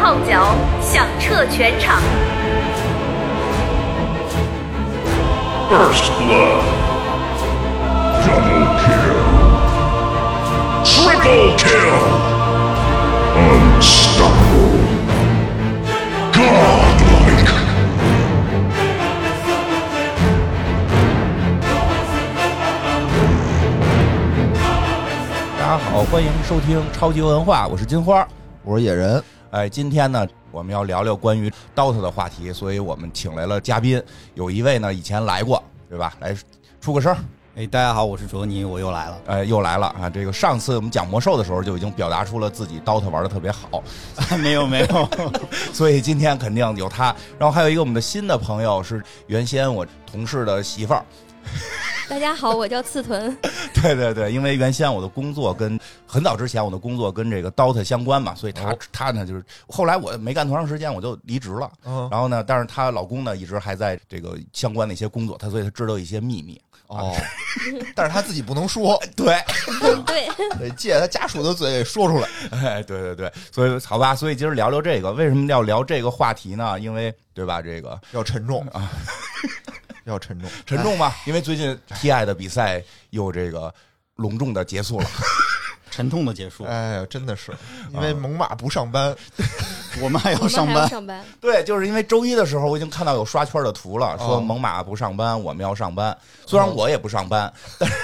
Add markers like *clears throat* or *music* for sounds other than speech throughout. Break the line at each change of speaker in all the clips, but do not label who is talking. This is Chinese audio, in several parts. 号角响彻全场。
First blood. Double kill. Triple kill. Unstoppable. Godlike.
大家好，欢迎收听超级文化，我是金花。
我是野人，
哎，今天呢，我们要聊聊关于 DOTA 的话题，所以我们请来了嘉宾，有一位呢以前来过，对吧？来出个声儿，
哎，大家好，我是卓尼，我又来了。
哎，又来了啊！这个上次我们讲魔兽的时候就已经表达出了自己 DOTA 玩的特别好，
*laughs* 没有没有，
*laughs* 所以今天肯定有他。然后还有一个我们的新的朋友是原先我同事的媳妇儿，
大家好，我叫刺豚。
*coughs* *laughs* 对对对，因为原先我的工作跟很早之前我的工作跟这个 DOTA 相关嘛，所以她她呢就是后来我没干多长时间我就离职了，
嗯
然后呢，但是她老公呢一直还在这个相关的一些工作，她所以她知道一些秘密。
哦， *laughs* 但是他自己不能说，
啊对， *laughs* *coughs*
对，
得借他家属的嘴给说出来。
哎，对 *laughs* 对对，所以好吧，所以今儿聊聊这个，为什么要聊这个话题呢？因为对吧，这 *laughs* 个
要沉重啊， *laughs* 要沉重，
沉重嘛，因为最近 TI 的比赛又这个隆重的结束了，
沉痛的
*laughs*
结束，
哎。哎呀，真的是，
啊
因为猛犸不上班，
我们还
我
要
们
上
还要
班。
上班。
对，就是因为周一的时候，我已经看到有刷圈的图了，说
哦
猛犸不上班，我们要上班。虽然我也不上班， *laughs* 但是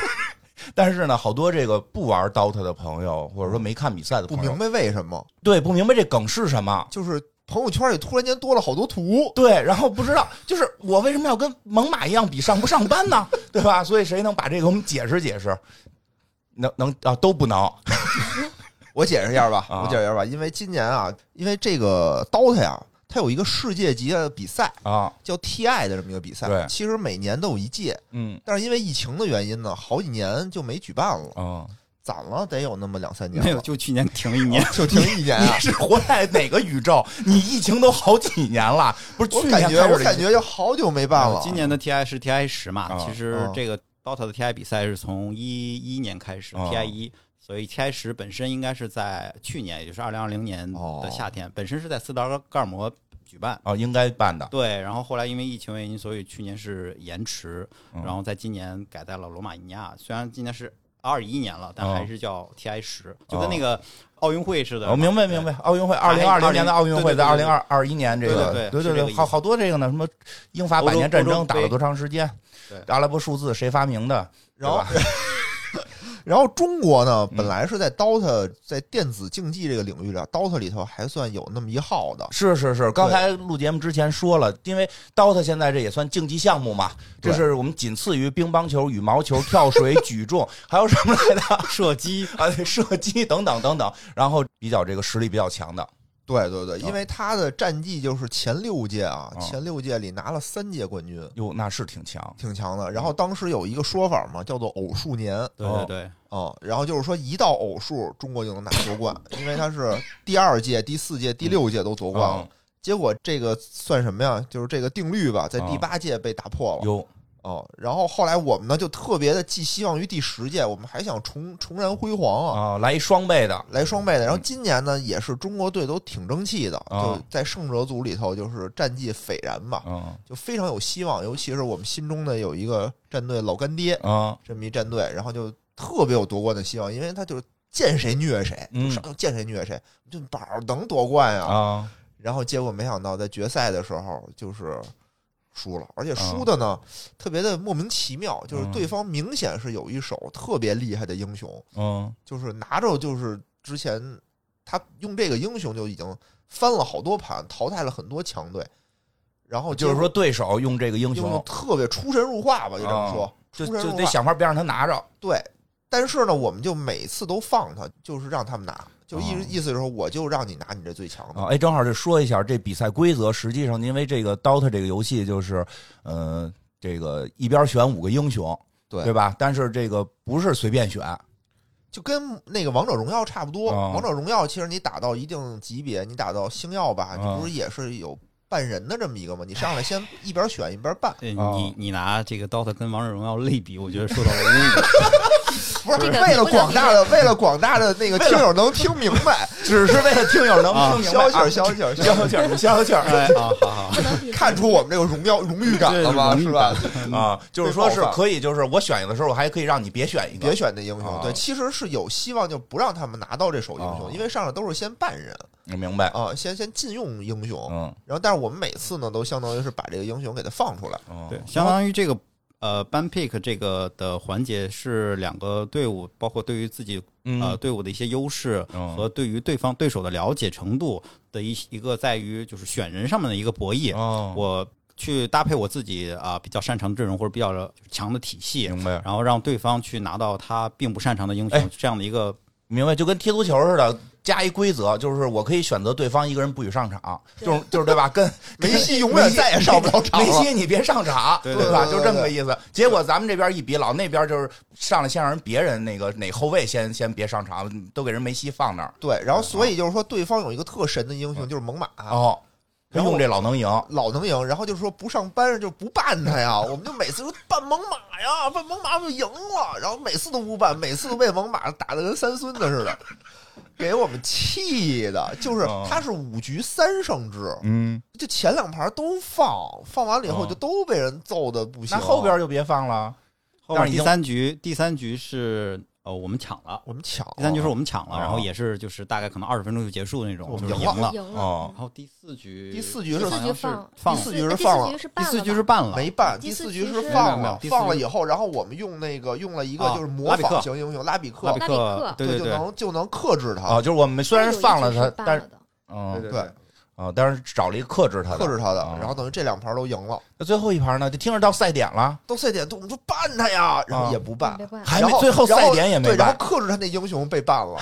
但是呢，好多这个不玩 DOTA 的朋友，或者说没看比赛的
不
朋友
明，白为什么，
对，不明白这梗是什么。
就是朋友圈里突然间多了好多
*laughs*
图，
对，然后不知道，就是我为什么要跟猛犸一样比上不上班呢？ *laughs* 对吧？所以谁能把这个我们解释解释？能能啊，都不能。
我解释一下吧，
啊
我解释一下吧，因为今年啊，因为这个 DOTA 呀，它有一个世界级的比赛。
啊，
叫 TI 的这么一个比赛，
对
其实每年都有一届，
嗯
但是因为疫情的原因呢，好几年就没举办了，
啊，
攒了得有那么两三年了，
*laughs* 没有，就去年停了一
*laughs*
年。
就停一年
你
啊，
是活在哪个宇宙？你疫情都好几年了，不是 *laughs*
我
去年
感
开
觉
始
我
的
感觉就好久没办了。
今年的 TI 是 TI 十嘛？
啊
其实
啊
这个 DOTA 的 TI 比赛是从一一年开始
啊
，TI 一，所以 TI 十本身应该是在去年，也就是二零二零年的夏天，本身是在斯德哥尔摩举办。
啊，应该办的。
对，然后后来因为疫情原因，所以去年是延迟，
嗯
然后在今年改在了罗马尼亚。虽然今年是二一年了，但还是叫 TI 十，就跟那个奥运会似的。
我哦明白明白，奥运会二零二零年的奥运会在二零二二一年这个，
对对对
对
是这个意思
好好多这个呢，什么英法百年战
欧
争
洲
打了多长时间
对，
阿拉伯数字谁发明的？
然后
对吧，
*laughs* 然后中国呢，
嗯
本来是在 DOTA 在电子竞技这个领域里，DOTA 里头还算有那么一号的，
是是是，刚才录节目之前说了，因为 DOTA 现在这也算竞技项目嘛，这
对
是我们仅次于乒乓球、羽毛球、跳
*laughs*
水、举重，还有什么来着？
射击，
啊，对射击等等等等，然后比较这个实力比较强的，
对对对，
啊
因为他的战绩就是前六届啊
啊，
前六届里拿了三届冠军，
哟，那是挺强。
挺强
嗯
的。然后当时有一个说法嘛，叫做“偶数年
对对对，”
啊，然后就是说一到偶数，中国就能拿夺
*laughs*
冠，因为他是第二届、第四届、第六届都夺冠了
嗯。
结果这个算什么呀？就是这个定律吧，在第
啊
八届被打破了。
哟，
哦，然后后来我们呢就特别的寄希望于第十届，我们还想重重燃辉
哦
煌啊，
啊，来一双倍的，
来双倍的。然后今年呢，也是中国队都挺争气的，
啊
就在胜者组里头就是战绩斐然吧，
嗯
就非常有希望。尤其是我们心中的有一个战队老干爹
啊，
这么一战队，然后就特别有夺冠的希望，因为他就是见谁虐谁，
嗯
就上来见谁虐谁，就哪儿能夺冠呀、
啊
然后结果没想到在决赛的时候就是输了，而且
啊
输的呢、特别的莫名其妙，就是
嗯
对方明显是有一手特别厉害的英雄，
嗯
就是拿着就是之前他用这个英雄就已经翻了好多盘，淘汰了很多强队，然后结
就
果
是说对手用这个英
英
雄
雄特别出神入化吧，就这么说，
啊就
出神
就
入
得
化
想法别让他拿着。
对。但是呢，我们就每次都放他，就是让他们拿，就意、
哦
意思是说，我就让你拿你这最强的。
啊，哎，正好就说一下这比赛规则。实际上，因为这个 DOTA 这个游戏就是，呃，这个一边选五个英雄，
对
对吧？但是这个不是随便选，
就跟那个王者荣耀差不多。
啊
王者荣耀其实你打到一定级别，你打到星耀吧，
啊
你不是也是有半人的这么一个吗？你上来先一边选一边办，
对
哦 *laughs*
你你拿这个 DOTA 跟王者荣耀类比，我觉得受到了侮辱。
不是
这个
为了
不了
广大的，为了广大的那个听友能听明白，
只是为了听友能不能明白
消
啊
遣消遣
消消气儿，消消气儿。
哎啊，好好，
不能
*laughs*
比
看出我们这个荣耀荣誉感了吗？
对
是吧？
啊，就是说
嗯被
是
冒犯
可以，就是我选一个的时候，我还可以让你别选一个，
别选那英
啊
雄，对，其实是有希望，就不让他们拿到这手英
哦
雄，因为上来都是先办人
选，明白？
啊，先先禁用英雄，
嗯，
然后但是我们每次呢，都相当于是把这个英雄给它放出来，
哦
对， *laughs* 相当于这个呃班 pick 这个的环节是两个队伍，包括对于自己呃
啊
嗯
队伍的一些优势
嗯
和对于对方对手的了解程度的一一个在于就是选人上面的一个博弈，
哦，
我去搭配我自己啊、比较擅长的阵容或者比较强的体系，
明白
然后让对方去拿到他并不擅长的英
哎
雄，这样的一个
明白，就跟踢足球似的。加一规则，就是我可以选择对方一个人不许上场，就是就是对吧？跟
梅西永远再也上不了场
梅
了。
西你别上场，
对
对
吧？
对
就
对
这么个意思。结果咱们这边一比老，那边就是上来先让人别人那个哪后卫先先别上场，都给人梅西放那儿。
对，然后
啊
所以就是说，对方有一个特神的英雄，就是猛犸，
哦，
然后
用这老能赢，
老能赢，然后就说不上班就不办他呀，我们就每次说办猛犸呀，办猛犸就赢了，然后每次都不办，每次都被猛犸打的跟三孙子似的，给我们气的，就是
哦
他是五局三胜制，
嗯，
就前两盘都放，放完了以后
哦
就都被人揍的不行。
那后边就别放了。
后
但哦是
面
已
第
经
三局，第三局是呃我们抢了，
我们抢了，
第三局是我们抢了，
哦
然后也是就是大概可能二十分钟就结束那种，
我们
就是
赢
赢
了
了。
赢了。
哦
然后第四局，
第四局是
好
第四
像
局
是
放
放
第四
了，
局是放了
第四局
第
是办了吧，
四局是办了，
没办，
第
第
四
四
局
局
是
是
没有
放
没有
了
第，四
放了
局
以后，然后我们用那个用了一个
啊
就是模
拉比克
仿型英雄拉比克
拉比，
拉比
克
克，
对对
就
对，
能就能克制他，
哦，就是我们虽然放了
有一局
他
是，办
但
了
是
的
嗯
对
啊，但是找了一个克制他的，
克制他的
哦，
然后等于这两盘都赢了，
那最后一盘呢？就听着到赛点了，
都赛点，我们说办他呀，然
啊
后也不办
没，
*laughs*
办
还
然
没
后
最后赛点也没
对，然后
办。
克制他那英雄被办了，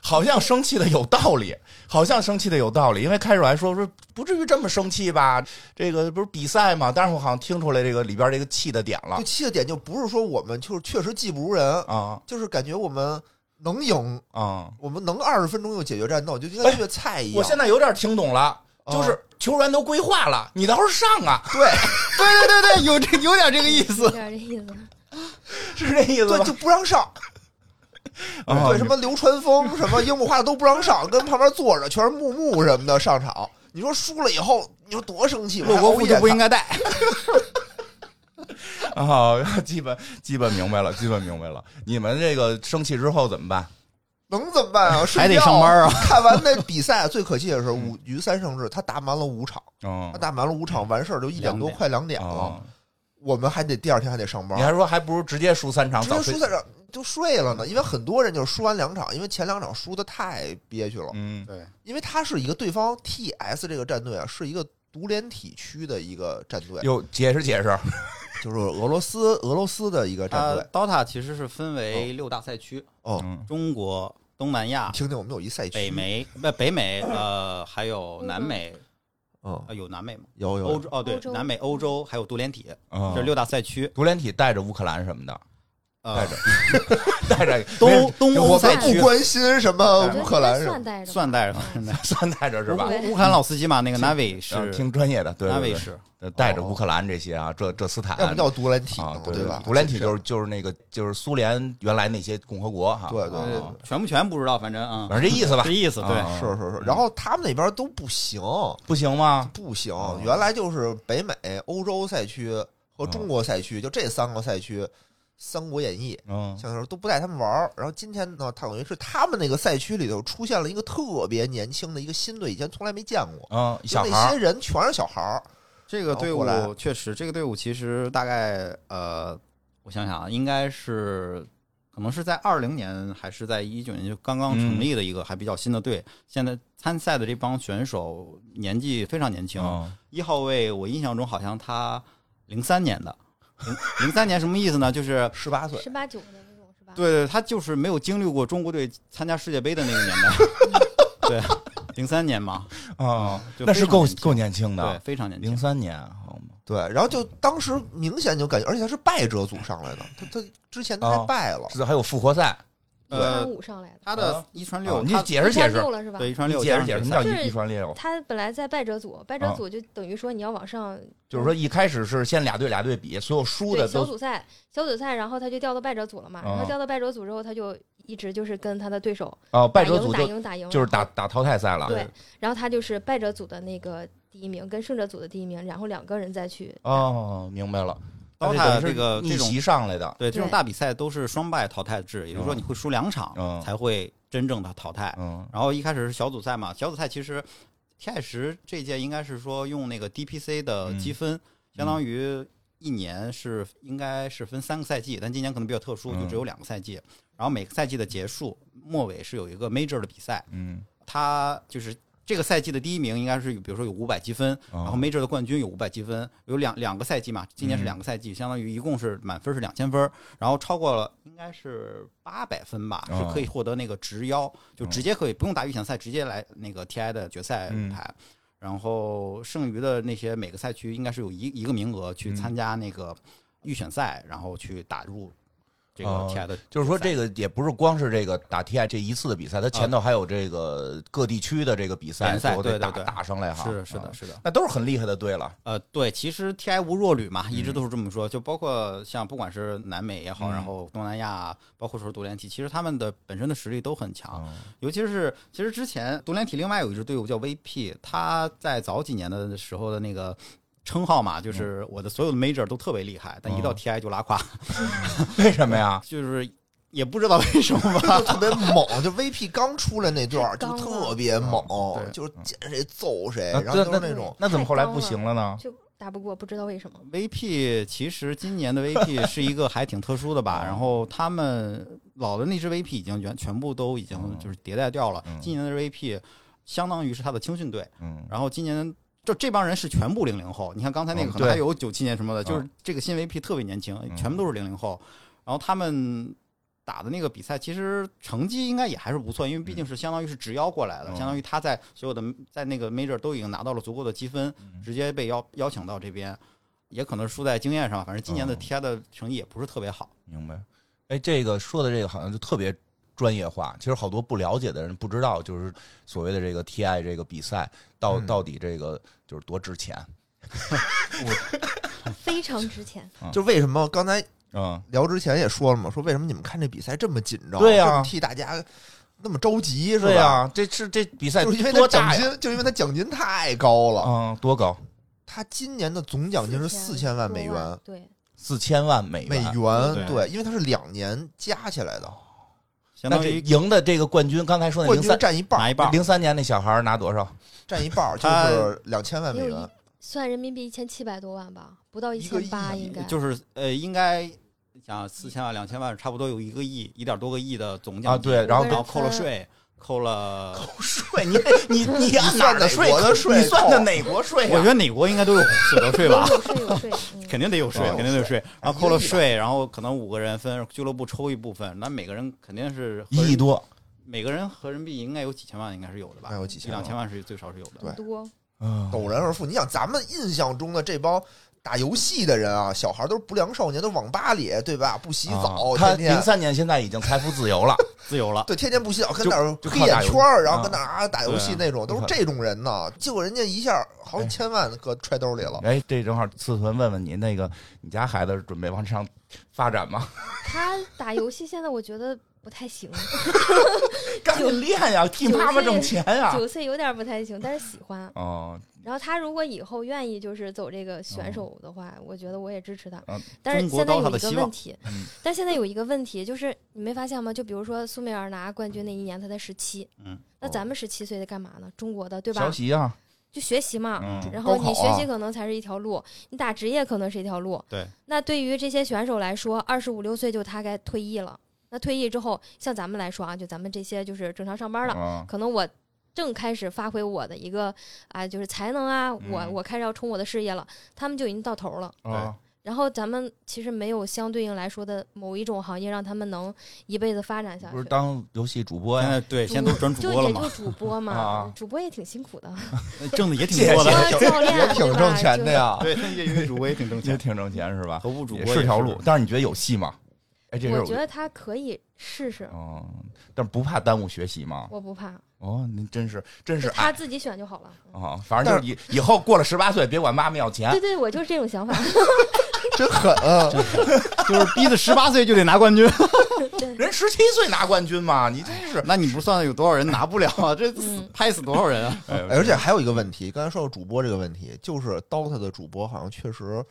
好像生气的有道理，好像生气的有道理，因为开始我还说说不至于这么生气吧，这个不是比赛嘛，但是我好像听出来这个里边这个气的点了
就气的点就不是说我们就是确实技不如人，
啊
就是感觉我们能赢，
啊！
我们能二十分钟就解决战斗，就跟越菜一样。
哎我现在有点听懂了，
哦
就是球员都规划了，你到时候上啊，
对
对对对对，有这有点这个意
有
思。
点这意思。
*laughs* 是这意思
对
吧
就？不让上，
啊
对什么流川枫、什么樱木花道都不让上，跟旁边坐着全是木木什么的上场。你说输了以后，你说多生气？我
陆
还
国
熬
富
夜
就不
看
应该带，
*laughs* 啊，基本基本明白了，基本明白了。你们这个生气之后怎么办？
能怎么办
*laughs*
啊？
还
睡
得
觉
上班啊。
*laughs* 看完那比赛，最可气的是五局三胜制，他打满了五场，
嗯
他打满了五场，完事儿就一点
两
多，
点哦
快两点了
啊。，
我们还得第二天还得上班
你，还说还不如直接输三场，
直
早
接
睡
输。在这儿就睡了呢。因为很多人就是输完两场，因为前两场输的太憋屈了。
嗯
对，
因为他是一个对方 TS 这个战队啊，是一个独联体区的一个战队，
又解释解释，
就是俄罗斯俄罗斯的一个战
它
队。
呃 DOTA 其实是分为六大赛区，
哦，
嗯
中国、东南
*laughs*
亚、
听听我们有一赛区，
呃北美不北美呃还有南美
嗯，
啊有南美吗？
有有
欧洲哦对
欧，洲
南美、欧洲还有独联体，
嗯
这六大赛区。
独联体带着乌克兰什么的，
呃，
*laughs* 带着
东东
我
欧
我
赛
们不
区
关心什么
我觉得
乌克兰
应该
什么
算。带
算带着
着吧，哦
吧，现在
算带着是吧？
对
乌克兰老司机嘛，那个 Navi
嗯
是
挺专业的，对对
Navi
对
是
呃，带着乌克兰这些啊，这这斯坦
要不叫独联体
啊
呢，，
对
吧？
独联体就是就是那个就是苏联原来那些共和国哈，
对对
啊
对
啊
呃全不全不知道，反正啊，
反正这意思吧
这，意思对。
啊
是是是。然后他们那边都不行，
不行吗？
不行
哦。
原来就是北美、欧洲赛区和
啊
中国赛区，就这三个赛区，《三国演义》
嗯
像是都不带他们玩儿。然后今天呢，他等于是他们那个赛区里头出现了一个特别年轻的一个新队，以前从来没见过。
嗯，
就
小孩
那些
儿
人全是小孩儿，
这个队
然后过
伍
来
确实，这个队伍其实大概呃，我想想啊，应该是可能是在二零年还是在一九年就刚刚成立的一个还比较新的队。现在参赛的这帮选手年纪非常年轻，
嗯
一号位我印象中好像他零三年的，零零三年什么意思呢？就是
十八岁，
十八九的那种是吧？
对对，他就是没有经历过中国队参加世界杯的那个年代，对，零三年嘛，
啊，
就
那是够
非常年轻
够年轻
对，
的，
非常年轻
零。三年哦好吗？
对。然后就当时明显就感觉，而且他是败者组上来的，他他之前他
哦
还败了，
是还有复活赛
一
呃
传五上来的，
他
啊
的一传
哦
六，
你
他
解释
一
解
传
释，
六了是吧？
对一传
你
六
解释解释，什么叫
就是
一一传六？
他本来在败者组，败者
啊
组就等于说你要往上，
就是说一开始是先俩队俩队比，所有输
对
的
小
都
组赛，小组赛，然后他就调到败者组了嘛，然
啊
后调到败者组之后，他就一直就是跟他的对手
哦，败
打
者
赢
组
打
就
赢打赢，
就是打打淘汰赛了。
对，然后他就是败者组的那个第一名跟胜者组的第一名，然后两个人再去
哦，明白了。
刀塔
那
这个
等于是
这种
逆袭上来的，
对这种
对
大比赛都是双败淘汰制，也就是说你会输两场、
嗯
才会真正的淘汰。
嗯
然后一开始是小组赛嘛，小组赛其实 T 十这届应该是说用那个 DPC 的
嗯
积分，相当于一年是应该是分三个赛季，但今年可能比较特殊，
嗯
就只有两个赛季。然后每个赛季的结束末尾是有一个 major 的比赛，
嗯，
它就是这个赛季的第一名应该是有，比如说有五百积分，
哦
然后 major 的冠军有五百积分，有两两个赛季嘛，今年是
嗯
两个赛季，相当于一共是满分是两千分，然后超过了应该是八百分吧，
哦
是可以获得那个直邀，就直接可以不用打预选赛，直接来那个 TI 的决赛舞台。然后剩余的那些每个赛区应该是有一一个名额去参加那个预选赛，然后去打入这个
哦
TI 的决赛，
就是说这个也不是光是这个打 TI 这一次的比赛，它前头还有这个各地区的这个比赛，
联赛
最后得
对对
打
对
打上来哈。
是是的
啊
是的。
那都是很厉害的队了。
呃，对，其实 TI 无弱旅嘛，一直都是这么说，就包括像不管是南美也好，
嗯
然后东南亚，包括说独联体，其实他们的本身的实力都很强，
啊，
尤其是其实之前独联体另外有一支队伍叫 VP，他在早几年的时候的那个。称号嘛，就是我的所有的 major 都特别厉害，但一
嗯哦
到 TI 就拉胯，
为什么呀？
就是也不知道为什么吧。
就特别猛，就 VP 刚出来那段儿就
刚啊
特别猛
嗯，对
就是见谁揍谁，
啊
然
对
后都是那种
那怎么后来不行了呢？
就打不过，不知道为什么。
VP 其实今年的 VP 是一个还挺特殊的吧，然后他们老的那支 VP 已经全全部都已经
嗯
就是迭代掉了，
嗯
今年的 VP 相当于是他的青训队，
嗯，
然后今年就这帮人是全部零零后，你看刚才那个
嗯
可能
对
还有九七年什么的，
嗯
就是这个新 VP 特别年轻，全部都是零零后，然后他们。打的那个比赛，其实成绩应该也还是不错，因为毕竟是相当于是直邀过来的，
嗯
相当于他在所有的在那个 major 都已经拿到了足够的积分，
嗯
直接被邀邀请到这边，也可能是输在经验上。反正今年的
嗯
TI 的成绩也不是特别好。
明白。哎，这个说的这个好像就特别专业化，其实好多不了解的人不知道，就是所谓的这个 TI 这个比赛到
嗯
到底这个就是多值钱。
非常值钱，
就为什么刚才
嗯，
聊之前也说了嘛，说为什么你们看这比赛这么紧张，
对呀
这么替大家那么着急是吧？
对呀，这是这比赛
就是因为他
多大
奖
呀？
金，就是因为他奖金太高了。
嗯，多高？
他今年的总奖金是四千万美
多
元
万，，对，
四千万美
美
元。
元
对
对，因为他是两年加起来的，
相
那
当
这
于
赢的这个冠军，刚才说那
冠
零
军
三
占一
拿
半，
一半儿，
零三年那小孩儿拿多少？
占一半就是两千万美
也有
元
一，算人民币一千七百多万吧，不到一
一个亿
千八应该。
啊就是呃，应该想四千万、啊两千万，差不多有一个亿、一点多个亿的总
啊
奖金。
对然
后
然后扣了税，扣了。
税？你你你
*laughs*
按
算哪国的税
你算
扣
的哪国税
我
呀
觉？得哪国应该都有所得税
有，
吧
有税有税，嗯
*laughs* 肯定得有税，
哦
肯定得有税。然后扣
哎
了
呀
税，然后可能五个人分俱乐部抽一部分，那每个人肯定是合
一亿
人，
多，
每个人合人民币应该有几千万，应该是有的吧？
那有几千
一
万
两千万是最少是有的。
对
多。
嗯
陡然而富。你想，咱们印象中的这帮打游戏的人啊，小孩都是不良少年，都网吧里对吧？不洗澡，
啊他
天
零
天
三年现在已经财富自由了，
自由了。
对，天天不洗澡，跟
就
那儿
就
黑
靠打
眼
游戏
圈儿，然
啊
后跟那儿啊打游戏那种，都是这种人呢。结果人家一下好几千万搁揣兜里了，
哎，这正好刺豚问问你，那个你家孩子准备往上发展吗？
*laughs* 他打游戏现在我觉得不太行，
*laughs*
*laughs*
赶紧练呀，替妈妈挣钱呀。
九岁有点不太行，但是喜欢。
哦，
然后他如果以后愿意就是走这个选手的话，我觉得我也支持他
嗯。
但是
中国
现在
DOTA
有
的
一个
希
问
望
题
嗯，
但现在有一个问题就是你没发现吗？就比如说苏美尔拿冠军那一年，他才十
哦
七，
嗯，
那咱们十七岁的干嘛呢？中国的对
学
吧？
习啊，
就学习嘛。
嗯
然
高
后
考啊
你学习可能才是一条路，你打职业可能是一条路。
对，
那对于这些选手来说，二十五六岁就他该退役了。那退役之后，像咱们来说啊，就咱们这些就是正常上班了，
啊，
可能我正开始发挥我的一个啊、就是才能啊，我
嗯
我开始要冲我的事业了，他们就已经到头了。
啊
然后咱们其实没有相对应来说的某一种行业让他们能一辈子发展下去。
不是当游戏主播
现
呀？
在对，现在都转主播了
就
嘛呃
也，就主播嘛，
啊
主播也挺辛苦的， *laughs*
挣的也挺
谢
多的。
谢
当教练
也挺
对吧
挣钱
就
*laughs*
的呀。
对，业余主播也挺挣啊
也。挺挣钱是吧？
头部主
也
播
是条
也
路，但是你觉得有戏吗？哎，这是
我觉得他可以试试，
哦，但不怕耽误学习吗？
我不怕，
哦，您真是真是
就
爱
他自己选就好了。
啊、哦！反正就是以以后过了十八岁，别管妈妈要钱
对，对，我就是这种想法。
真狠、啊，
*laughs* 就是逼着十八岁就得拿冠军。
人十七岁拿冠军嘛，你真是
*laughs* 那你不算算有多少人拿不了 *laughs* 啊？这死
嗯
拍死多少人啊？
哎而且还有一个问题，刚才说到主播这个问题，就是 DOTA 的主播好像确实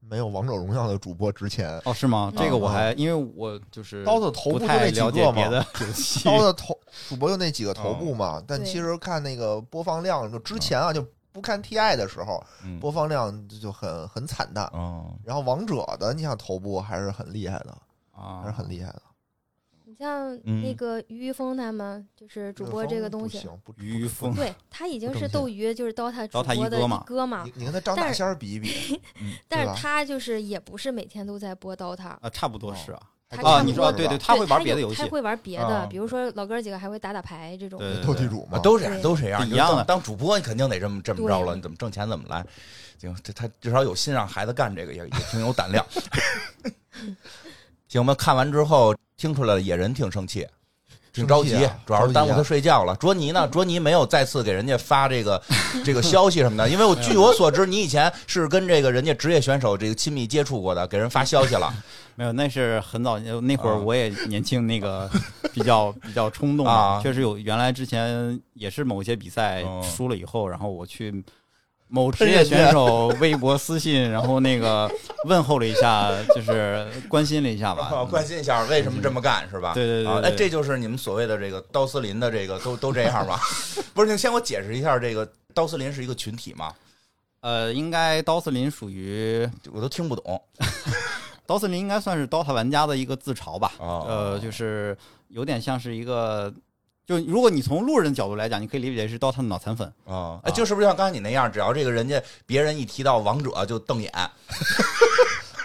没有王者荣耀的主播值钱。
哦，是吗？
嗯
这个我还因为我就是
刀子头部
不
就
太
那几
了解
个
别
嘛 *laughs*
的，游戏，嗯
DOTA 头主播就那几个头部嘛，但
对
其实看那个播放量，就之前啊，就不看 TI 的时候，
嗯
播放量就很很惨淡。
嗯
哦，
然后王者的，你想头部还是很厉害的，
啊
还是很厉害的。
你像
嗯
那个于一峰他们，就是主播
方
这个
不
东西，
行，不
于峰
对他已经
不
是
挣钱
斗鱼就是 DOTA 主
DOTA
播
一
的
哥
一
嘛
哥嘛
你，你跟他张大
但是
仙儿比一比，
*laughs*
嗯
但
对吧
是他就是也不是每天都在播 DOTA，
啊，差不多是啊。
还
他
斗
啊，
差
地
你
不
主
知
多
道，
了
对对，
他
他会玩别的游戏
他，会玩别
啊
的，比如说老哥几个还会打打牌这种。
对对啊
斗地
对
主嘛，
啊都这样，
对
都这样，
一
啊
样的
你当当主播，你肯定得这么这么着了，
对
你怎么挣钱怎么来。行，这他至少有心让孩子干这个，也也挺有胆量。 *laughs* 行吧，看完之后听出来了，野人挺生气，挺着
生气
急，
啊
主要是
着
耽
急
误
啊
他睡觉了。卓尼呢？卓尼没有再次给人家发这
*laughs*
个这个消息什么的，因为我据我所知，你以前是跟这个人家职业选手这个亲密接触过的，给人发消息了
没有，那是很早那会儿
啊
我也年轻，
*laughs*
那个比较比较冲动
啊
确实有。原来之前也是某些比赛
哦
输了以后，然后我去某职业选手微博私信，然后那个问候了一下，就是关心了一下吧
啊，。关心一下为什么这么干是吧？
嗯对对对
啊，
对
哎，
对
这就是你们所谓的这个刀斯林的这个都都这样吗？ *laughs* 不是，你先给我解释一下，这个刀斯林是一个群体吗？
呃，应该刀斯林属于
我都听不懂。
刀森林应该算是 DOTA 玩家的一个自嘲吧，
哦
呃，就是有点像是一个，就如果你从路人角度来讲，你可以理解是 DOTA 的脑残粉，
啊，哎，就是不是像刚才你那样，只要这个人家别人一提到王者就瞪眼，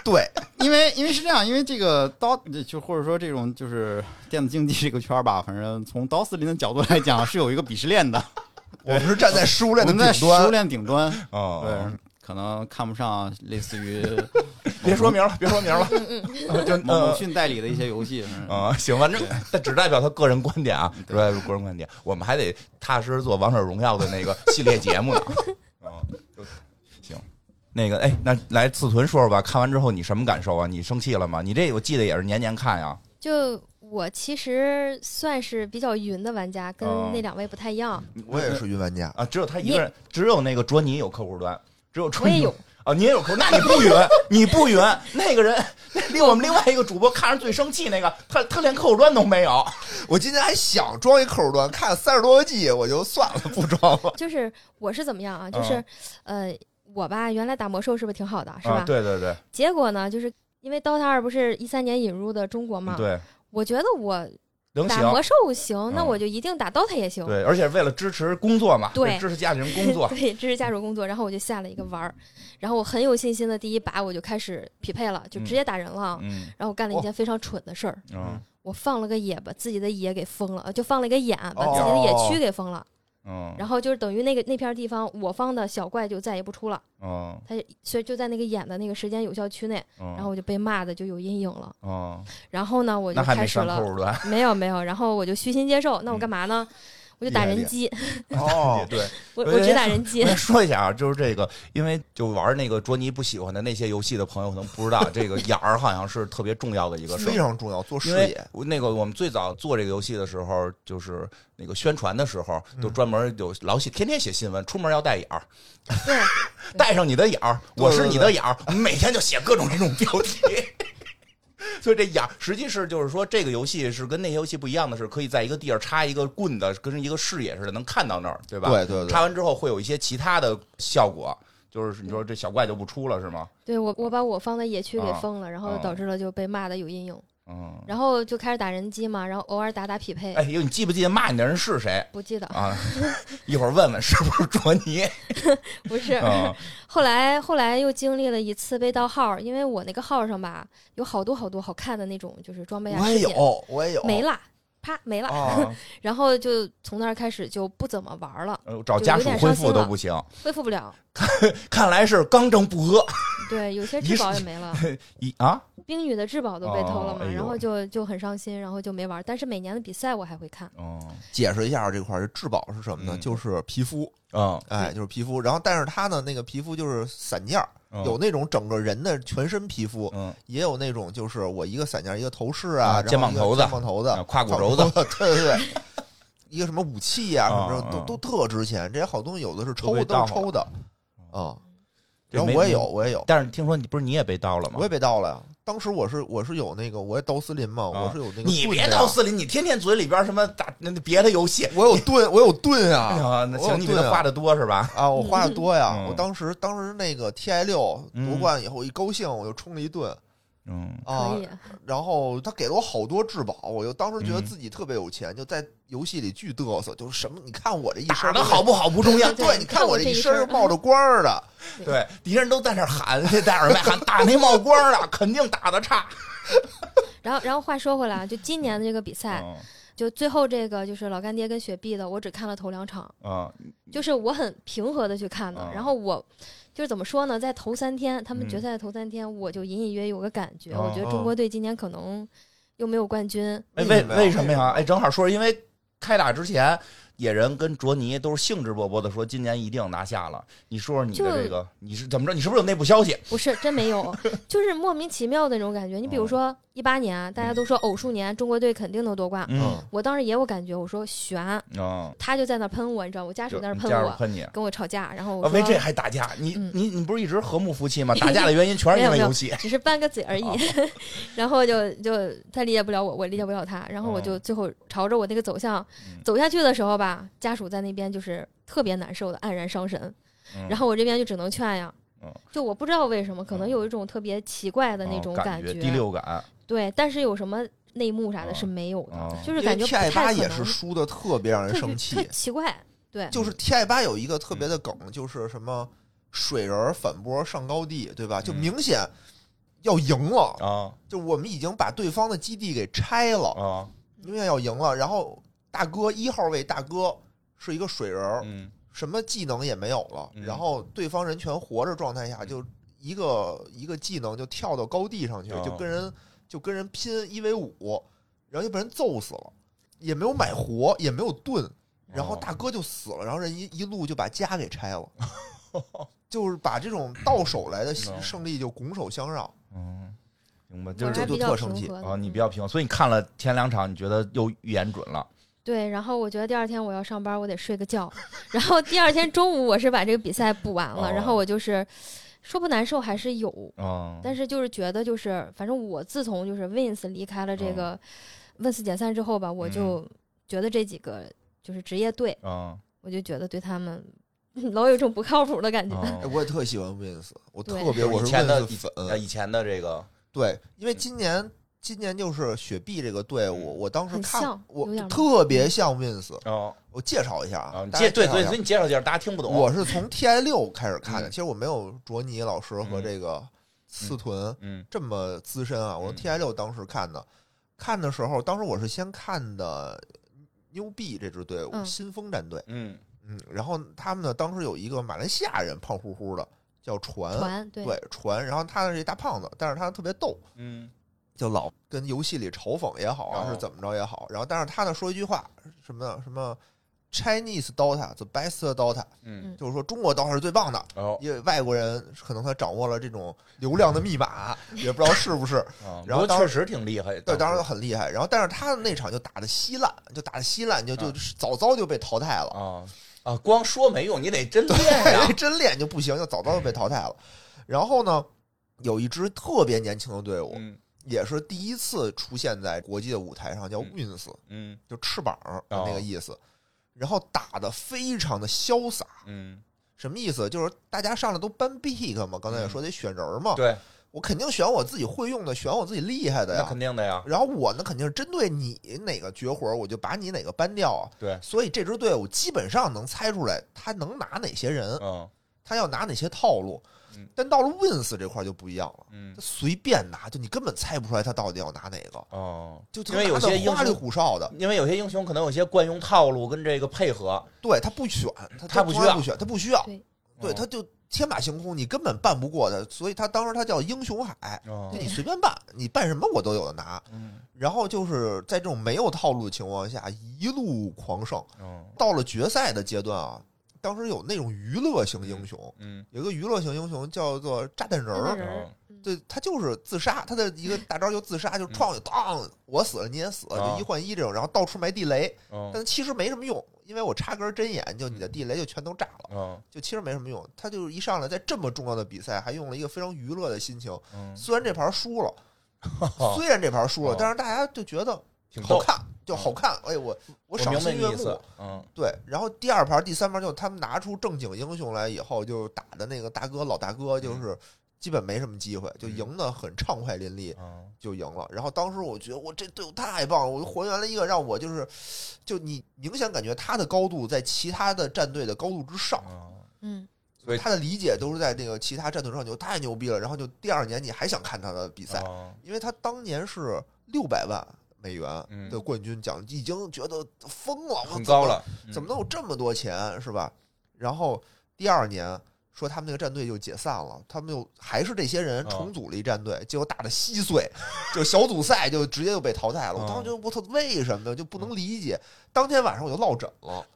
对，
*laughs* 因为因为是这样，因为这个刀就或者说这种就是电子竞技这个圈儿吧，反正从刀森林的角度来讲是有一个鄙视链 *laughs* 的，
我们是站
*laughs*
在食物链
我
的
们在
顶
食物
端，
链顶端，
哦
对，可能看不上类似 *laughs* 于
别说名了，别说名了，就
某某
呃
讯代理的一些游戏，嗯
啊、行吧，这但只代表他个人观点啊，只代表个人观点。我们还得踏实做王者荣耀的那个系列节
*laughs*
目呢。啊、就行，那个哎，那来自屯说说吧，看完之后你什么感受啊？你生气了吗？你这我记得也是年年看呀。
就我其实算是比较云的玩家，跟
哦嗯
那两位不太一样。
*laughs* 我也是云玩家，
啊，只有他一个人，只有那个卓尼有客户端，只有卓
我
尼
也有
啊，你也有客户，那你不匀，你不匀。那个人，那另我们另外一个主播看着最生气那个，他他连客户端都没有。
*laughs* 我今天还想装一客户端，看三十多个 G，我就算了，不装了。
就是我是怎么样啊？就是
嗯，
呃，我吧，原来打魔兽是不是挺好的，是吧？
啊，对对对
结果呢，就是因为 DOTA 二不是一三年引入的中国嘛，
嗯对，
我觉得我
能
嗯打
行。
魔兽行，那
嗯
我就一定打 DOTA 也行。
对，而且为了支持工作嘛，
对
为支持家里人工作，
对，这是家属工作，然后我就 *laughs* 下了一个玩儿，然后我很有信心的第一把我就开始匹配了，就直接打人了。
嗯
然后我干了一件非常蠢的事儿，
嗯
我放了个野，把自己的野给封了，呃就放了一个眼，把
哦
自己的野区给封了。
嗯
然后就是等于那个那片地方，我方的小怪就再也不出了，
嗯
它所以就在那个眼的那个时间有效区内，
嗯，
然后我就被骂的就有阴影了。
啊
嗯，
然后呢，我就
那还
开
没
始
上
了
客，
*laughs*
户端，，
没有没有，然后我就虚心接受，那我干嘛呢？我就打人机，
哦 *laughs*
对。
我
对
我只打人机
哎我，先说一下啊，就是这个，因为就玩那个卓尼不喜欢的那些游戏的朋友可能不知道，这个眼儿好像是特别重要的一个事儿
非。常重要，做视
因为
野。
那个我们最早做这个游戏的时候，就是那个宣传的时候，
嗯
就专门有老写，天天写新闻，出门要戴眼儿，
对，
戴上你的眼儿，
对
我是你的眼儿，我们每天就写各种这种标题。 *laughs* 所以这眼儿，实际是就是说，这个游戏是跟那些游戏不一样的是，可以在一个地儿插一个棍子，跟一个视野似的，能看到那儿，对吧？
对对对
插，完之后会有一些其他的效果，就是你说这小怪就不出了是吗？
对我我把我方的野区给封了，然后
啊
导致了就被骂的有阴影，
嗯，
然后就开始打人机嘛，然后偶尔打打匹配，
哎，呦，你记不记得骂你的人是谁
不记得 *laughs*
啊？一会儿问问是不是卓尼
不是。
啊？
*laughs* 后来后来又经历了一次被盗号，因为我那个号上吧有好多好多好看的那种就是装备啊
我也
饰品，
有，我也有，
没了，啪没了，
啊，
然后就从那儿开始就不怎么玩了，
*laughs* 呃找家属恢复都不行，
恢复不了。
看来是刚正不阿。
对，有些
一
质
是
保也没了，
一啊，
冰女的质保都被偷了嘛，
哦哎呦
然后就就很伤心，然后就没玩。但是每年的比赛我还会看，
嗯
解释一下这块儿，这质保是什么呢？
嗯
就是皮肤，
嗯，
哎，就是皮肤。然后，但是它呢，那个皮肤就是散件儿，
嗯
有那种整个人的全身皮肤，
嗯
也有那种就是我一个散件儿，一个头饰
啊
啊，然后
肩膀
一个
头子
肩膀头子
啊，胯骨轴子
胯子，对对
*laughs*
对，一个什么武器呀、
啊
什么
啊
的都都特值钱，这些好东西有的是抽
都被
的，
盗了嗯
都是抽的啊。
这
然后
没
我也有，我也有，
但是听说你不是你也被盗了吗
我也？被盗了呀。当时我是我是有那个，我也刀司林嘛，
啊
我是有那个
你
盾
别
的呀
盗四林，你天天嘴里边什么打那那别的游戏，
*laughs* 我有盾，我有盾
哎
啊。
呀，那
我有
行，你比
盾
他
啊
花的多是吧？
啊，我花的多呀！
嗯
我当时当时那个 T I 六夺冠以后，一高兴我就冲了一盾
嗯
啊
可，以。
然后他给了我好多质保，我就当时觉得
嗯
自己特别有钱，就在游戏里巨嘚瑟，就是什么你看我这一身
打的好，啊不好不重要，
*laughs* 对，你看我这一身是冒着光儿的，
对，敌人都在那儿喊，这戴耳麦喊打那冒光的，肯定打的
*laughs*
差。
然后然后话说回来啊，就今年的这个比赛，
嗯
就最后这个就是老干爹跟雪碧的，我只看了头两场，
啊，
就是我很平和的去看的
啊。
然后我就是怎么说呢，在头三天，他们
嗯
决赛的头三天，我就隐隐约有个感觉，
哦
我觉得
哦
中国队今年可能又没有冠军。
哎，
为
为
什
为什
么呀
么呀？哎，正好说，因为开打之前，野人跟卓尼都是兴致勃勃的说，今年一定拿下了。你说说你
就
的这个，你是怎么着？你是不是有内部消息？
不是，真没
*laughs*
有，就是莫名其妙的那种感觉。你
哦
比如说一八年啊，大家都说偶数年中国队肯定能夺冠，
嗯
我当时也有感觉，我说悬，
啊，
他就在那儿喷我，你知道，我家属
就
在那儿喷
加入
我，
喷你。啊，
跟我吵架，然后我
为这
说
还打架？你
嗯
你你不是一直和睦夫妻
*laughs*
吗？打架的原因全是因为游戏。
只是拌个嘴而
哦
已， *laughs* 然后就就他理解不了我，我理解不了他，然后我就
哦
最后朝着我那个走向
嗯
走下去的时候吧，家属在那边就是特别难受的黯然伤神，
嗯
然后我这边就只能劝呀
嗯。
就我不知道为什么，可能
嗯
有一种特别奇怪的
啊
那种
感
觉，
第六感
对，但是有什么内幕啥的是没有的，
啊啊
就是感觉不
T I
太
八
可
也
能
是输的特别让人
特
生
别
气
特，奇怪，对，
就是
嗯
T I 八有一个特别的梗，就是什么水人反驳上高地，对吧？就
嗯
明显要赢了，
啊
就我们已经把对方的基地给拆了，
啊，
明显要赢了。然后大哥一号位大哥是一个水人儿，
嗯
什么技能也没有了，
嗯
然后对方人全活着状态下，就一个一个技能就跳到高地上去，
哦
就跟人就跟人拼一 v 五，然后就被人揍死了，也没有买活，也没有盾，然后大哥就死了，然后人一一路就把家给
*laughs*
拆了，就是把这种到手来的
哦
胜利就拱手相让。
嗯，明白，
我
就
还
是
就
比较
特生
平
气
和的
啊，你
嗯
比较平，衡，所以你看了前两场，你觉得又预言准了。
对，然后我觉得第二天我要上班，我得睡个觉。然后第二天中午我是把这个比赛补完了，然
哦
后我就是说不难受还是有，
啊，
但是就是觉得就是反正我自从就是 Wins 离开了这
嗯
个 Wins 解散之后吧，我就觉得这几个就是职业队， *laughs*
啊
我就觉得对他们老有一种不靠谱的感觉。
啊
哎，我也特喜欢 Wins，我
对
特别
就是
我
以
是
前的
Wins 粉，
啊以前的这个
对，因为今年今年就是雪碧这个队伍，
嗯
我当时
很
看
像
我
有点儿嗯
特别像 Wins，
哦
我介绍一下
啊，
啊
你，
大
介
家
对
介绍
对，
一下
所以你介绍介绍，大家听不懂。
我是从 TI 六开始看的，
嗯
其实我没有卓尼老师和
嗯
这个司屯
嗯
这么资深啊，我
嗯
从 TI 六当时看的，看的时候，当时我是先看的。牛币这支队伍，
嗯
新风战队，
嗯
嗯，然后他们呢，当时有一个马来西亚人，胖乎乎的，叫
呃
船，
团对
对船，然后他是一大胖子，但是他特别逗，
嗯
就老跟游戏里嘲讽也好啊，
哦
是怎么着也好，然后但是他呢说一句话，什么呢什么 Chinese Dota the best Dota，
嗯，
就是说中国 Dota 是最棒的，
哦，
因为外国人可能他掌握了这种流量的密码，也不知道是
*laughs*
不是，
啊
然后
不过
当
确实挺厉害。
对，当然
时
很厉害。然后但是他的那场就打的稀烂，就打的稀烂，
嗯
就就早早就被淘汰了，
啊啊，光说没用，你得真练呀
对，真练就不行，就早早就被淘汰了。然后呢，有一支特别年轻的队伍，
嗯
也是第一次出现在国际的舞台上，叫
嗯哦
Wins，
嗯
就翅膀的那个意思。然后打的非常的潇洒，
嗯，
什么意思？就是大家上来都搬 pick 嘛，刚才也说得选人嘛，
嗯对，
我肯定选我自己会用的，选我自己厉害的
那
呀
肯。定的呀。
然后我呢，肯定是针对你哪个绝活，我就把你哪个搬掉啊。
对，
所以这支队伍基本上能猜出来他能拿哪些人。
嗯
他要拿哪些套路
嗯。
但到了 Wins 这块就不一样了，
嗯
他随便拿，就你根本猜不出来他到底要拿哪个，
哦，
就
因为有些英
花里
雄，
胡哨的，
因为有些英雄可能有些惯用套路跟这个配合，
对他不选，
他
他他
不
从
需
来
要
不选，他不需要，
对
对，
哦
他就天马行空，你根本办不过他，所以他当时他叫英雄海，
哦
就你随便办，你办什么我都有的拿。
嗯
然后就是在这种没有套路的情况下，一路狂胜，
哦
到了决赛的阶段啊，当时有那种娱乐型英雄，
嗯
有一个娱乐型英雄叫做炸弹人
炸弹
儿，
人
哦
对他就是自杀，他的一个大招就自杀，就撞，当我死了你也死，
啊
就一换一这种，然后到处埋地雷，
哦
但其实没什么用，因为我插根针眼，就你
嗯
的地雷就全都炸了，
哦
就其实没什么用。他就是一上来在这么重要的比赛，还用了一个非常娱乐的心情，
嗯，
虽然这盘
*laughs*
输了，
哦
虽然这盘输了
哦，
但是大家就觉得
挺
好
逗，嗯
看，就好看，哎，我
我
我赏
明白
心
你
悦
意
目
思。，嗯
对，然后第二盘、第三盘就他们拿出正经英雄来以后，就打的那个大哥老大哥，
嗯
就是基本没什么机会，就赢得很畅快淋漓，
嗯
就赢了。然后当时我觉得我这队伍太棒了，我就还原了一个让我就是，就你明显感觉他的高度在其他的战队的高度之上，
哦
嗯，
对
他的理解都是在那个其他战队上就太牛逼了。然后就第二年你还想看他的比赛，
哦
因为他当年是六百万美元的
嗯
冠军奖，已经觉得疯了，我
很
怎么
高了，嗯
怎么能有这么多钱是吧？然后第二年说他们那个战队就解散了，他们又还是这些人
哦
重组了一战队，结果打得稀碎， *laughs* 就小组赛就直接就被淘汰了。我当时就我操，为什么呢？就不能理解。当天晚上我就落枕了，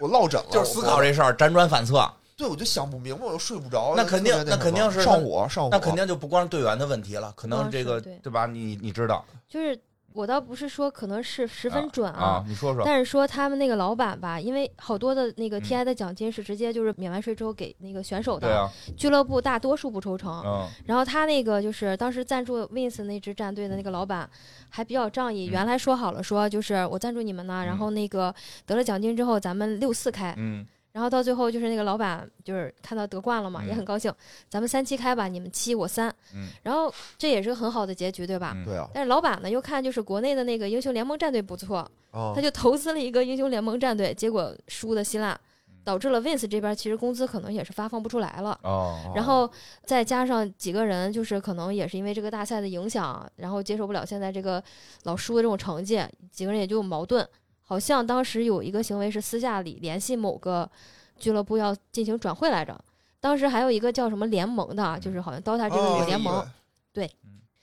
我落枕了，
就是思考
我。
这事儿，辗转反侧，
对，我就想不明白，我就睡不着。
那肯定
特别
那肯定
什么
是
上火上火，啊
那肯定就不光是队员的问题了，可能
嗯
这个
是对
对吧？你你知道
就是我倒不是说可能是十分准
啊？你说说，
但是说他们那个老板吧，因为好多的那个
嗯
TI 的奖金是直接就是免完税之后给那个选手
对
的，
啊，
俱乐部大多数不抽成。
嗯
然后他那个就是当时赞助 Wins 那支战队的那个老板还比较仗义，
嗯
原来说好了说就是我赞助你们呢，然后那个得了奖金之后咱们六四开，
嗯
然后到最后就是那个老板就是看到得冠了嘛，
嗯
也很高兴，咱们三七开吧，你们七我三，
嗯
然后这也是个很好的结局，对吧？
嗯
对啊，
但是老板呢，又看就是国内的那个英雄联盟战队不错，
啊
哦
他就投资了一个英雄联盟战队，结果输的稀烂
嗯，
导致了 Wins 这边其实工资可能也是发放不出来了。
哦
然后再加上几个人，就是可能也是因为这个大赛的影响，然后接受不了现在这个老输的这种成绩，几个人也就矛盾。好像当时有一个行为是私下里联系某个俱乐部要进行转会来着，当时还有一个叫什么联盟的啊，就是
嗯
好像 DOTA 这
哦
个有
啊
联盟，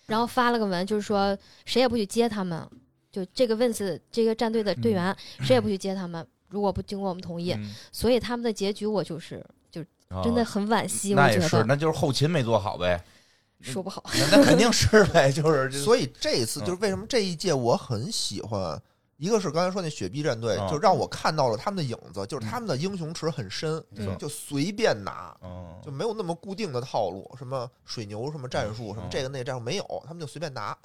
然后发了个文，就是说谁也不许接他们，就这个 Wins 这个战队的
嗯
队员、谁也不许接他们，如果不经过我们同
嗯
意，所以他们的结局我就是
哦
哦
真的很惋惜，
那
我
也
觉
是，
得
那就是后勤没做好呗，
说
*laughs*
不好，
那那肯定是呗， *laughs* 就是就
所以这一次
嗯
就是为什么这一届我很喜欢，一个是刚才说那雪碧战队
啊，
就让我看到了他们的影子，就是他们的英雄池很深
嗯没错，
就随便拿，
嗯
就没有那么固定的套路，什么水牛什么战术，什么
嗯
这个那个战术没有，他们就随便拿。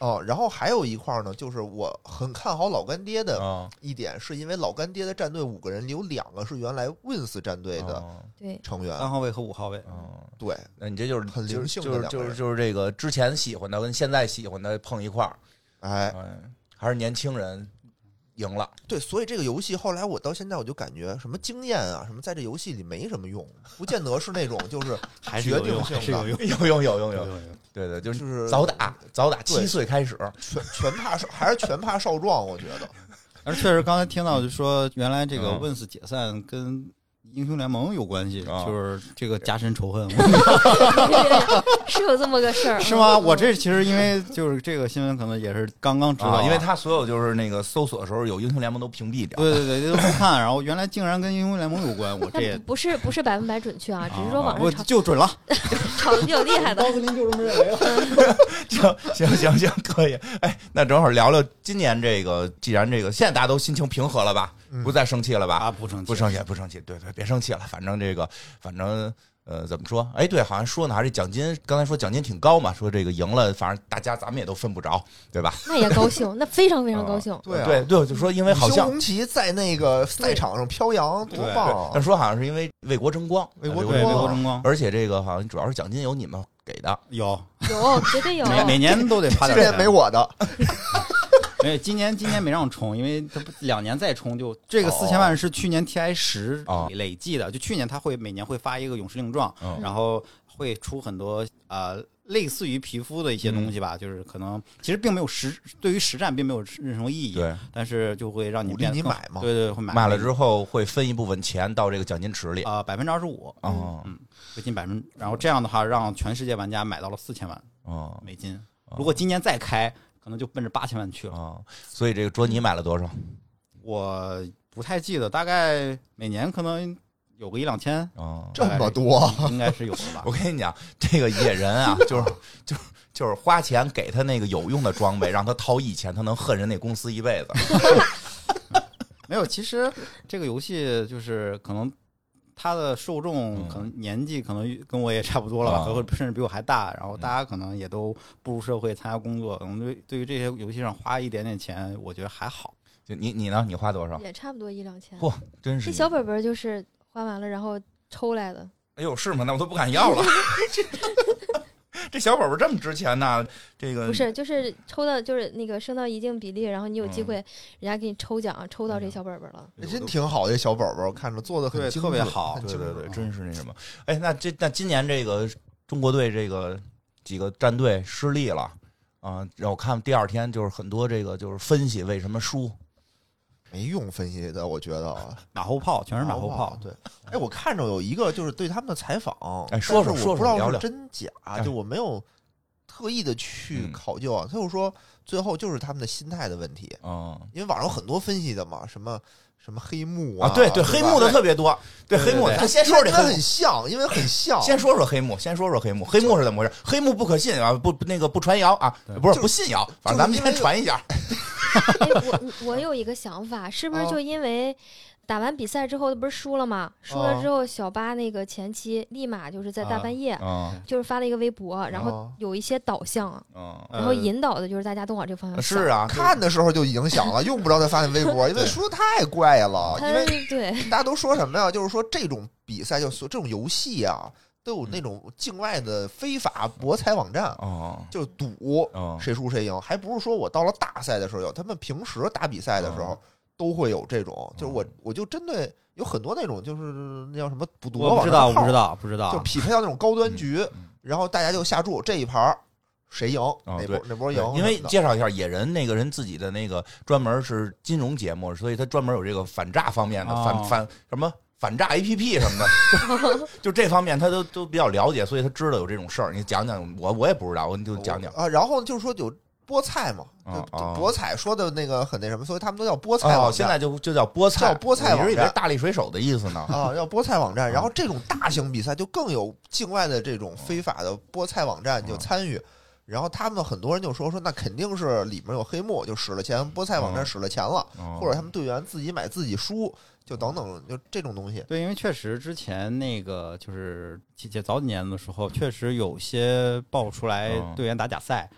哦，然后还有一块呢，就是我很看好老干爹的
啊
一点，是因为老干爹的战队五个人里有两个是原来 Wins 战队的
哦
对，
成员，
三号位和五号位，
哦
对，
那你这就是
很
就
灵
是
性的
就是
两
就
个
是
人
就是这个之前喜欢的跟现在喜欢的碰一块儿，
哎，
哎，还是年轻人赢了，
对，所以这个游戏后来我到现在我就感觉什么经验啊，什么在这游戏里没什么用，不见得是那种就是
还是
决
有
定
用，
性
还是
的
有，用，
有有有有
有
有，
用有用。
对对，就
哎就是是
早打早打，
对
七岁开始，
全全怕少，还是全怕少壮，我觉得
而确实刚才听到就说，原来这个
嗯
Wins 解散跟英雄联盟有关系，
啊
就是这个加深仇 *laughs* 恨。
是有这么个事儿，
是吗？
嗯
我这其实因为就是这个新闻，可能也是刚刚知道啊、
啊，因为他所有就是那个搜索的时候有英雄联盟都屏蔽掉，
对对对，都不看，然后原来竟然跟英雄联盟有关，我这也
但不是不是百分百准确 *laughs* 啊，只是说
啊
网
我
上炒
就准了。
炒的比较厉
*laughs*
害的，
斯林就这么认为啊了。
行行行行，可以。哎，那正好聊聊今年这个，既然这个现在大家都心情平和了吧，
嗯
不再生气了吧？
啊，不成器
不生气，不生气，对对，别生气了。反正这个，反正呃，怎么说？哎，对，好像说呢，还是奖金，刚才说奖金挺高嘛，说这个赢了，反正大家咱们也都分不着，对吧？
那也高兴，那非常非
哦
常高兴。
对啊
对对，就说因为好
五星
像，
红旗在那个赛场上飘扬，多
对
棒
对
啊
但！说好像是因为为国争光，
为国
对，
争
为
光
国争光
而且这个好像主要是奖金由你们给的，
有，
有，绝对有。
每每年都得发
今
点
年
钱。
没我的，
为今年今年没让冲，因为他不两年再冲就这个四千万是去年 TI 十
哦
累计的，就去年他会每年会发一个勇士令状，
嗯
然后会出很多呃类似于皮肤的一些东西吧，就是可能其实并没有实对于实战并没有任何意义，
对，
但是就会让你
鼓励
变得
你
更
买嘛
对对，会买
卖了之后会分一部分钱到这个奖金池里。
啊百分之二十五，
哦
嗯
会进百分，然后这样的话让全世界玩家买到了四千万
嗯
哦
美金，如果今年再开，可能就奔着八千万去了。
哦，所以这个卓尼买了多少？
我不太记得，大概每年可能有个一两千，
哦，
这么多，
应该是有的
*laughs*
吧
我。跟你讲，这个野人啊，就是就是就是花钱给他那个有用的装备，让他掏一千，他能恨人那公司一辈子。
没有，其实这个游戏就是可能它的受众
嗯
可能年纪可能跟我也差不多了吧，
啊
或者甚至比我还大，然后大家可能也都步入社会参加工作，可能对对于这些游戏上花一点点钱，我觉得还好。
就你你呢？你花多少？
也差不多一两千。
嚯，真是
这
一
小本本就是花完了然后抽来的，
哎呦，是吗？那我都不敢要了。 *laughs* 这这小宝宝这么值钱呢、这个
不是就是抽到就是那个升到一定比例，然后你有机
嗯
会人家给你抽奖，抽到这小本本了。
哎呦
真挺好的小宝宝，看着做的很
对
精
特别
致
好
很
对
精
对
致
对，
啊
真是那什么。哎，那这那今年这个中国队这个几个战队失利了啊、然后我看第二天就是很多这个就是分析为什么输，
没用分析的，我觉得啊
马后炮全是马后炮，
对，哎，我看着有一个就是对他们的采访，
哎说说
但是
说说
我不知道
聊聊
是真假，
哎
就我没有特意的去
嗯
考究啊。他就说，最后就是他们的心态的问题，
嗯
因为网上有很多分析的嘛，什么什么黑幕
啊，
对
对对，
吧
黑幕的特别多，对
对对
黑幕的，
对
咱先说说这
因为
黑
很
幕。
像，因为很像，啊
先说说黑幕，先说说黑幕，黑幕是怎么回事？黑幕不可信啊，不不那个不传谣啊，
对
不是
就
不信谣，反正咱们
就是因为
先传
*laughs*
一下。
哎，我 *laughs* 我有一个想法，是不是
啊
就因为打完比赛之后，不是输了吗？输了之后，小巴那个前妻立马就是在大半夜，
嗯
就是发了一个微博，然后
啊
有一些导向啊，
嗯，
呃
然后引导呃的就是大家都往这方向想。
是啊，
看的时候就已经想了，用不着再发那微博，因为说的太怪了，
他
因为
对 *laughs*
大家都说什么呀？就是说这种比赛，就是说这种游戏啊，
嗯
都有那种境外的非法博彩网站，啊
哦
就是赌
哦
谁输谁赢，还不是说我到了大赛的时候有，他们平时打比赛的时候
嗯
都会有这种，就是我
嗯
我就针对有很多那种就是那叫什么赌徒
我不知道，我不
道，
知道，不知
就
道。
匹配到那种高端局
嗯，哦
然后大家就下注这一盘儿谁赢哪
对
波哪波赢
对
什么的，
因为介绍一下野人那个人自己的那个专门是金融节目，所以他专门有这个反诈方面的、
哦
反反什么反诈 A P P 什么的，
*laughs*
就就这方面他都都比较了解，所以他知道有这种事儿。你讲讲，我我也不知道，我你就讲讲。
啊，然后就是说有菠菜嘛，就
啊
就
啊
博彩说的那个很那什么，所以他们都叫菠菜
哦，
网
现
站
在就就叫菠菜，
叫菠菜
我一直以为是
网站
大力水手的意思
*laughs*
呢。 *laughs*
啊，叫菠菜网站。然后这种大型比赛就更有境外的这
啊
种非法的菠菜网站就参与，然后他们很多人就说说那肯定是里面有黑幕，就使了钱，菠菜网站
嗯
使了钱了，
哦
或者他们队员自己买自己输，就等等，就这种东
啊
西。
对，因为确实之前那个就是姐姐早几年的时候，确实有些爆出来
嗯
队员打假赛，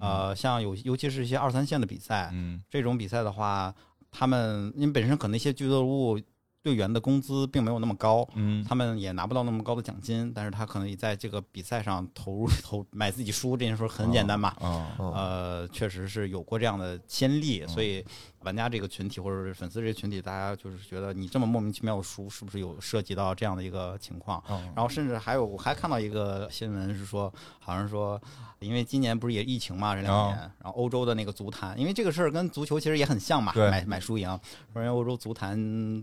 呃，像有尤其是一些二三线的比赛，
嗯
这种比赛的话，他们因为本身可能一些俱乐部队员的工资并没有那么高，
嗯
他们也拿不到那么高的奖金，但是他可能也在这个比赛上投入投买自己书这件事儿很简单嘛。
哦
呃，确实是有过这样的先例，
嗯
所以玩家这个群体或者是粉丝这个群体，大家就是觉得你这么莫名其妙的输，是不是有涉及到这样的一个情况？
哦
然后甚至还有，我还看到一个新闻是说，好像说，因为今年不是也疫情嘛，这
哦
两年，然后欧洲的那个足坛，因为这个事儿跟足球其实也很像嘛，
对
买买输赢，说人家欧洲足坛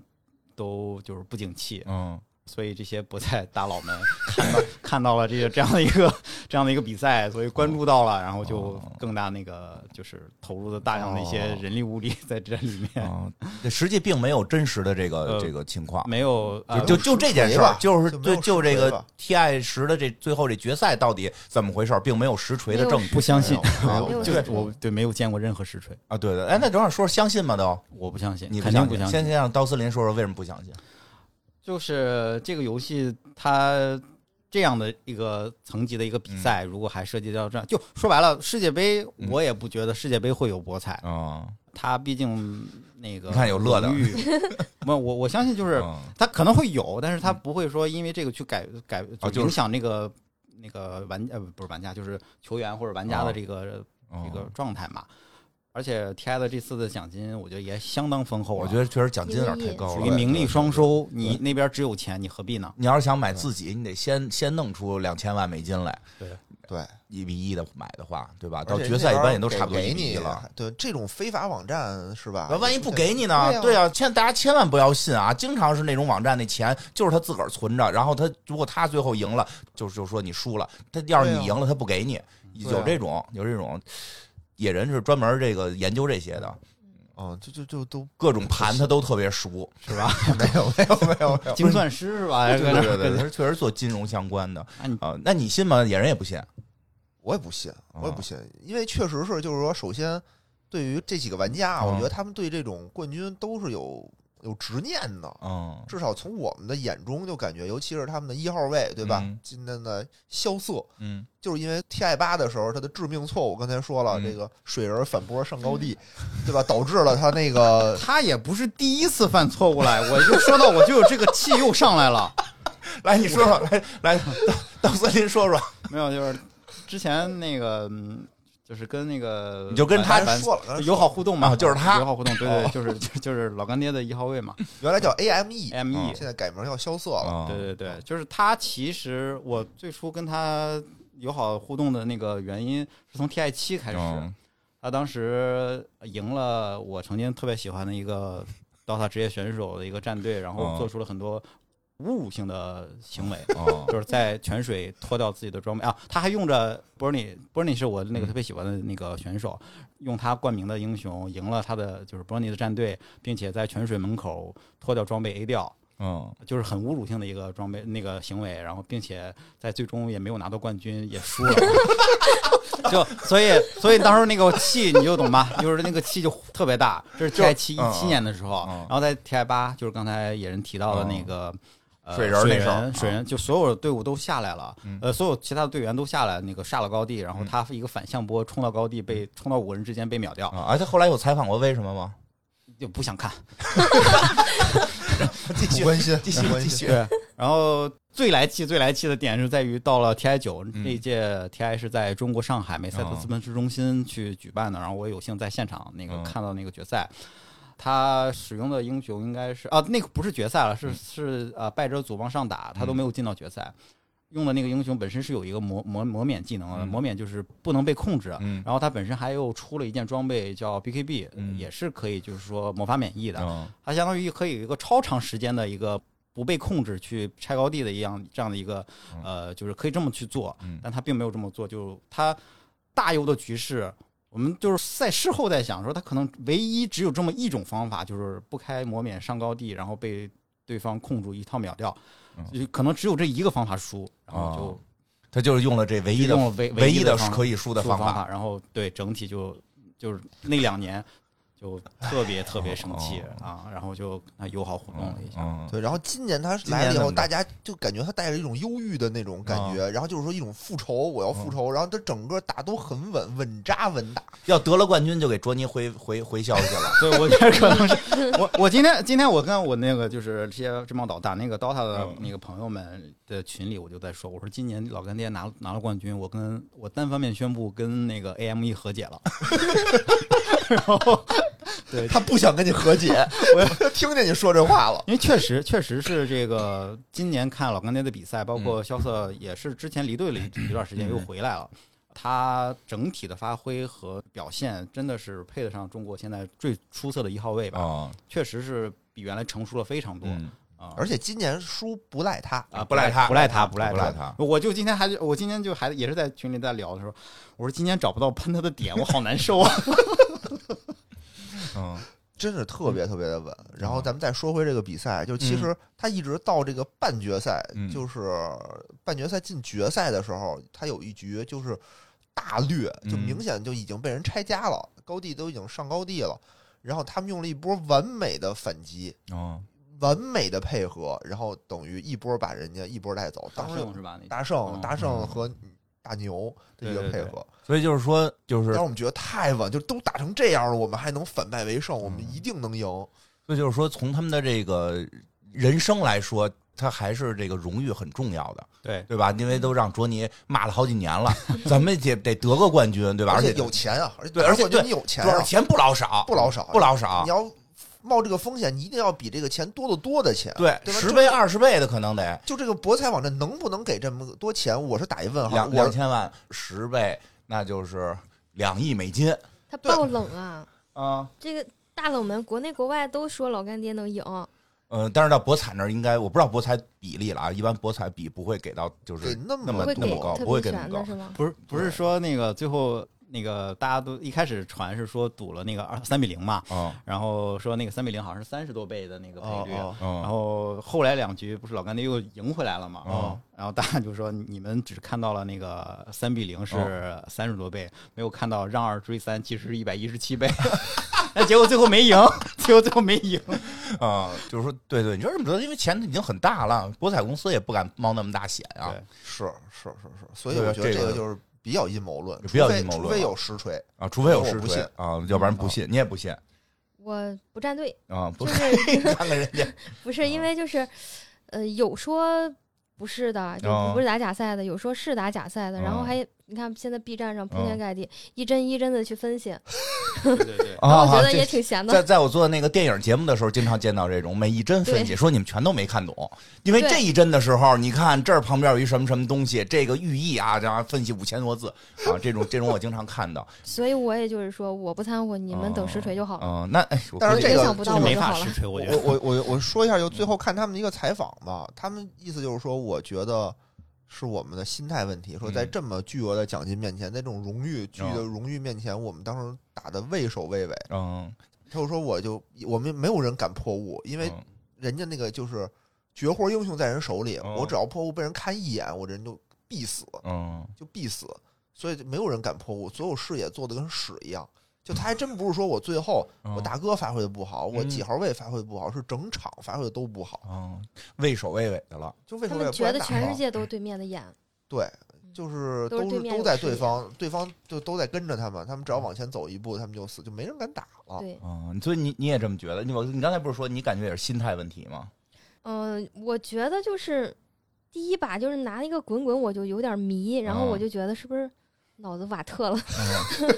都就是不景气，
嗯
所以这些博彩大佬们看到看到了这个这样的一个这样的一个比赛，所以关注到了，然后就
哦
更大那个就是投入了大量的一些
哦
人力物力在这里面，
哦，这实际并没有真实的这个
呃
这个情况。
没有呃
就就这件事
没
儿
吧，
就是
就没
对，
有
就
实锤
这个
吧
T I 十的这最后这决赛到底怎么回事儿，并没有实锤的证据
不相信，
没有
没有
就
实
是
锤
我对没有见过任何实锤，
啊。对对，哎，那正好说相信吗？都
我不相信，
你
肯定
相
不
信
相？信
先。先让刀司林说说为什么不相信。
就是这个游戏它这样的一个层级的一个比赛，如果还涉及到这样，就说白了，世界杯
嗯
我也不觉得世界杯会有博彩，
啊，
它毕竟那个
你看有乐的
荣誉，不，我我相信就是
嗯
它可能会有，但是它不会说因为这个去改改
啊就是
影响那个。那个玩呃不是玩家，就是球员或者玩家的这个、
哦
这个状态嘛。而且 TI 的这次的奖金，我觉得也相当丰厚了，
我觉得确实奖金有点太高了，
属于名利双收。你那边只有钱，你何必呢？
你要是想买自己，你得先先弄出两千万美金来，
对，
一比一的买的话，对吧？
而
到
且
决赛一
这玩意
般
儿
也都差不多
给
一
给
比
你
一了。。
对，这种非法网站是吧？
万一不给你呢？
对
对啊，现在大家千万不要信啊！经常是那种网站那钱就是他自个儿存着，然后他如果他最后赢了，就是就说你输了，他要是
对啊
你赢了，他不给你，
对啊
有这种有这种。野人是专门这个研究这些的，
嗯，就就就都
各种盘他都特别熟，是吧？
*laughs* 没有没有没有没有，
精算师是吧？
对对对对，
对
他确实做金融相关的
啊你
啊。那你信吗？野人也不信，
我也不信，我
嗯
也不信，因为确实是，就是说，首先对于这几个玩家啊，
嗯
我觉得他们对这种冠军都是有有执念的，
嗯，
至少从我们的眼中就感觉，尤其是他们的一号位，对吧
嗯？
今天的萧瑟，
嗯，
就是因为 T I 八的时候，他的致命错误，刚才说了，
嗯
这个水人反驳上高地， *laughs* 对吧？导致了他那
*laughs*
个
他也不是第一次犯错误来，我就说到我就有这个气又上来了。
来你说说，来来，到到森林说说，
没有，就是之前那个，嗯就是跟那个，
你就跟他
刚才说了，刚才
友好互动嘛，
啊就是他
友好互动，对对，
*laughs*
就是就是就是老干爹的一号位嘛
原来叫 A M E，
，M E，
现在改名叫萧瑟了。
啊
对对对，就是他。其实我最初跟他友好互动的那个原因是从 T I 七开始，
嗯
他当时赢了我曾经特别喜欢的一个 DOTA 职业选手的一个战队，然后
嗯
做出了很多侮辱性的行为。
哦
就是在泉水脱掉自己的装备啊，他还用着 Bernie Bernie 是我那个特别喜欢的那个选手，用他冠名的英雄赢了他的就是 Bernie 的战队，并且在泉水门口脱掉装备 A 掉，
嗯，
就是很侮辱性的一个装备那个行为，然后并且在最终也没有拿到冠军，也输了。 *laughs* 就所以所以当时那个气你就懂吧， *laughs* 就是那个气就特别大。这是 TI 七
嗯
一七年的时候，
嗯
然后在 TI 八就是刚才野人提到的那个。呃
水人儿
水
那时候嗯
人，水人就所有的队伍都下来了，呃，所有其他的队员都下来，那个下了高地，然
嗯
后他一个反向波冲到高地，被冲到五个人之间被秒掉，
啊，而且后来有采访过为什么吗？
就不想看。
继
不关心，
继续
不关心
继续
对，然后最来气、最来气的点是在于，到了 TI 九
嗯哦
这一届，TI 是在中国上海梅赛德斯奔驰中心去举办的，然后我有幸在现场那个
嗯
看到那个决赛。他使用的英雄应该是啊，那个不是决赛了，是是呃败者组往上打，他都
嗯
没有进到决赛。用的那个英雄本身是有一个魔魔魔免技能的，
嗯
魔免就是不能被控制。啊
嗯
然后他本身还又出了一件装备叫 BKB，、
嗯
也是可以就是说魔法免疫的。
嗯
它相当于可以有一个超长时间的一个不被控制去拆高地的一样这样的一个呃，就是可以这么去做，
嗯
但他并没有这么做，就他大优的局势。我们就是在事后在想说，他可能唯一只有这么一种方法，就是不开魔免上高地，然后被对方控住一套秒掉，
嗯
就可能只有这一个方法输，然后就
哦他就是用了这唯一的
就用了唯唯
唯
一
一
的
的
方法
可以输的
输
方
法，然后对整体就就是那两年就特
哦
别特别生气啊，然后就啊友好互动了一下，
嗯，
对，然后今年他
今
来了
年
以
怎
后，
么啊
大家就感觉他带着一种忧郁的那种感觉，然后就是说一种复仇，我要复
嗯
仇，然后他整个打都很稳，稳扎稳打。
要得了冠军就给卓尼回回回消息了。
所以我觉得可能是我我今天今天我跟我那个就是这些这帮老打那个 DOTA 的
嗯
那个朋友们的群里，我就在说，我说今年老干爹拿拿了冠军，我跟我单方面宣布跟那个 AME 和解了，然后对，
他不想跟你
*laughs*
和解，我听见你说这话了。
因为确实确实是这个，今年看老干爹的比赛，包
嗯
括萧瑟也是之前离队了
*clears throat*
一一段时间又回来了。他整体的发挥和表现真的是配得上中国现在最出色的一号位吧？
啊，
确实是比原来成熟了非常多
嗯
啊！
而且今年输不赖他，
啊，
不赖他
不赖他，不赖
不赖他
我就今天还是我今天就还也是在群里在聊的时候，我说今天找不到喷他的点，我好难受啊！
嗯
真是特
嗯
别特别的稳。然后咱们再说回这个比赛，就其实他一直到这个半决赛，
嗯
就是半决赛进决赛的时候，他有一局就是大虐，就
嗯
明显就已经被人拆家了，高地都已经上高地了。然后他们用了一波完美的反击，
哦，
完美的配合，然后等于一波把人家一波带走。当时
是吧？那
大圣、
嗯
大圣和大牛的一个
对对
配
对
合，
所以就是说，就是
但是我们觉得太稳，就都打成这样了，我们还能反
嗯
败为胜，我们一定能赢。
所以就是说，从他们的这个人生来说，他还是这个荣誉很重要的，
对，
对吧？因为都让卓尼骂了好几年了，咱们也得得个冠军，对吧？而
而
且
且有钱啊，而且
对而且
我觉得
对
你有钱
主要
啊
是，钱不老少，
不老少啊
不老少
你。要冒这个风险，你一定要比这个钱多得多的钱。
对，
对吧？
十
就
倍二十倍的可能得
就这个博彩网站能不能给这么多钱，我是打一问号。
两
我
两千万，十倍那就是两亿美金
他
对
爆冷啊！
啊。
这个大冷门，国内国外都说老干爹能赢，
嗯，但是到博彩那儿应该我不知道博彩比例了啊，一般博彩比不会给到就是
给那么
那
不
么
会
那
给
么高，
特
不会
别
给那
全
么高
的是。吗？
不是不
对
是说那个最后那个大家都一开始传是说赌了那个二三比零嘛，
嗯
然后说那个三比零好像是三十多倍的那个
哦
赔率。啊
哦，
嗯
然，后后来两局不是老干爹又赢回来了嘛？
哦
然后大家就说你们只看到了那个三比零是三十多倍，没有看到让二追三其实是一百一十七倍。 *laughs* 那结果最后没赢， *laughs* 结果最后没赢。
啊、就是说，对对，你说这么多，因为钱已经很大了，博彩公司也不敢冒那么大险啊。
对
是是是是，所以
对
我觉得
这
这
个
个就是比较阴谋论，
比较
除非
阴谋论
除非有实锤。
啊，除非有实
我不信
锤啊，要不然不信，你也不信
我不站队，
啊，不
就是是
看看人家
不是因为就是，呃，有说不是的，就
哦
不是打假赛的，有说是打假赛的，然后
嗯
还你看现在 B 站上铺
嗯
天盖地，一帧一帧的去分析，
对对对，
然后
*laughs* 啊，
我觉得
这
也挺闲
在
的。
在我做那个电影节目的时候，经常见到这种每一帧分析，
对
说你们全都没看懂，因为
对
这一帧的时候，你看这儿旁边有一什么什么东西，这个寓意啊，然后分析五千多字啊，这种这种我经常看到。
所以我也就是说，我不掺和， *laughs* 你们等实锤就好了。
嗯，那哎，我
但是
估计
这个
想不到
这
我
没
就
法
好了
实。锤，我
我
觉得。
我我我说一下，就最后看他们的一个采访吧，他们意思就是说，我觉得是我们的心态问题，说
嗯
在
哦
这么巨额的奖金面前，在这种荣誉巨的荣誉面前，我们当时打的畏首畏尾。
嗯，
他就说，我就我们没有人敢破雾，因为
嗯
人家那个就是绝活英雄在人手里，
哦
我只要破雾被人看一眼，我这人就必死，
嗯
就必死，所以就没有人敢破雾，所有事也做的跟屎一样。就他还真不是说我最后
嗯，
我大哥发挥的不好，我
嗯
几号位发挥的不好，是整场发挥的都不好。
嗯畏首畏尾的了，
就为什
他
么
们
也不
觉
敢
得
打啊
全
吗
世界都对面的眼，
对，就是
都是对
是
面
都在
有视
对
野
方，对方就都在跟着他们，他们只要往前走一步，他们就死，就没人敢打了。
对，
嗯，所以你你也这么觉得？你我你刚才不是说你感觉也是心态问题吗？
嗯、我觉得就是第一把就是拿一个滚滚，我就有点迷，然后
嗯
我就觉得是不是脑子瓦特了？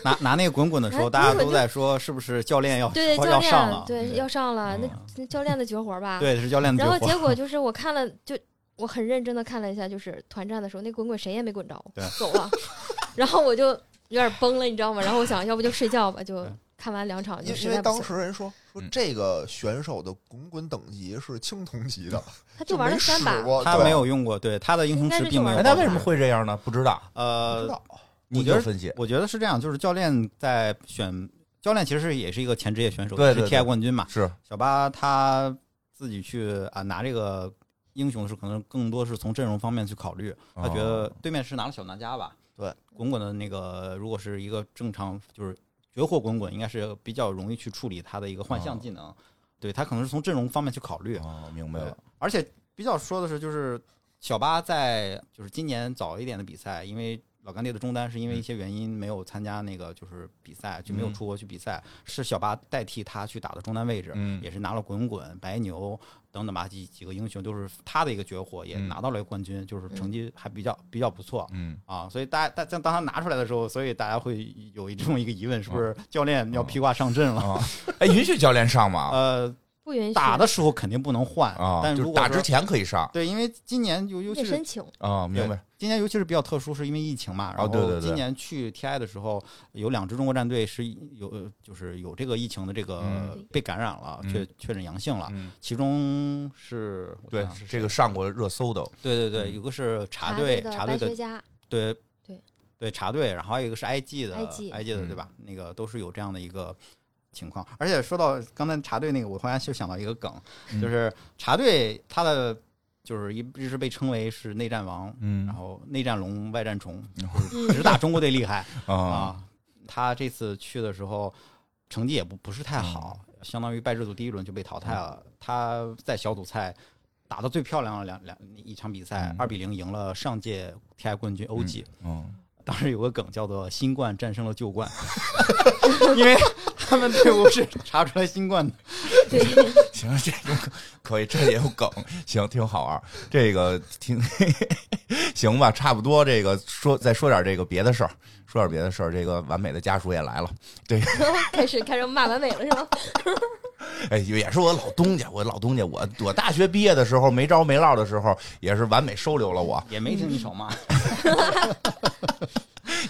拿拿那个滚滚的时候，
哎
大家
滚滚
都
就
在说是不是教练要
*laughs* 对对，教
要上
练啊
了？
对要上了，那
嗯
那教练的绝活吧？
对是教练的
*laughs* 然后
绝活
结果就是我看了，就我很认真的看了一下，就是团战的时候，那滚滚谁也没滚着
对，
*laughs* 走了。然后我就有点崩了，你知道吗？然后我想要不就睡觉吧，就
对
看完两场啊就
因
实
因
在
为
不
当
行，
时人说说
嗯
这个选手的滚滚等级是青铜级的，
他
就
玩
没
了三
使
把，
过，
他
对
没有用过，对他的英雄池并没有
应
哎，
爆
该是这玩意儿
他
发。
为什么会这样呢？不知道，
不知
呃，
道。
你
觉得
就分析，
我觉得是这样，就是教练在选教练其实也是一个前职业选手，
对对
是
对
TI 冠军嘛。
是
小巴他自己去啊拿这个英雄是可能更多是从阵容方面去考虑，他觉
哦
得对面是拿了小当家吧？
对，
滚滚的那个如果是一个正常就是绝活滚滚，应该是比较容易去处理他的一个幻象技能，对他可能是从阵容方面去考虑。
哦，明白了
对，而且比较说的是，就是小巴在就是今年早一点的比赛，因为老干爹的中单是因为一些原因没有参加那个就是比赛，就没有
嗯
出国去比赛，是小巴代替他去打的中单位置，
嗯
也是拿了滚滚、白牛等等吧几几个英雄，都是他的一个绝活，也
嗯
拿到了冠军，就是成绩还比较比较不错。
嗯，
啊，所以大家，但当他拿出来的时候，所以大家会有一这么一个疑问，是不
嗯
是教练要披挂上阵了？
啊，哎，允许教练上吗？
呃，
不允许
打的时候肯定不能换
嗯啊，
但
就是
如果
打
说
之前可以上
对，因为今年尤尤
你
其
得
是
申请，
啊，
对
明白？
今年尤其是比较特殊，是因为疫情嘛。然
哦对对对
后今年去 TI 的时候，有两支中国战队是有呃就是有这个疫情的这个
嗯
被感染了，
嗯
确确诊阳性了。
嗯，
其中是我
对
想，是
这个上过热搜的，
对对对，
嗯
有个是茶队，
队的
茶
白
队
学
的
家，
对
对
对茶队，然后还有一个是 IG 的
IG
的
嗯
对吧？那个都是有这样的一个情况。而且说到刚才茶队那个，我突然就想到一个梗，
嗯
就是茶队它的就是一一直被称为是内战王，
嗯
然后内战龙外战
*laughs*
虫，
嗯，
只打中国队厉害
啊，
啊。他这次去的时候成绩也不不是太好，
嗯
相当于拜智组第一轮就被淘汰了。他在小组赛打的最漂亮的两两一场比赛
嗯，
二比零赢了上届 TI 冠军欧几。
嗯，
*laughs* 当时有个梗叫做“新冠战胜了旧冠”，因为他们队伍是查出来新冠的。
对，
行，这个可以，这也有梗，行，挺好玩儿。这个挺 *laughs* 行吧，差不多。这个说再说点这个别的事儿，说点别的事儿。这个完美的家属也来了，这个
开始开始骂完美了是吗？
哎，也是我老东家，我老东家，我我大学毕业的时候没着没落的时候，也是完美收留了我，
也没听你少骂，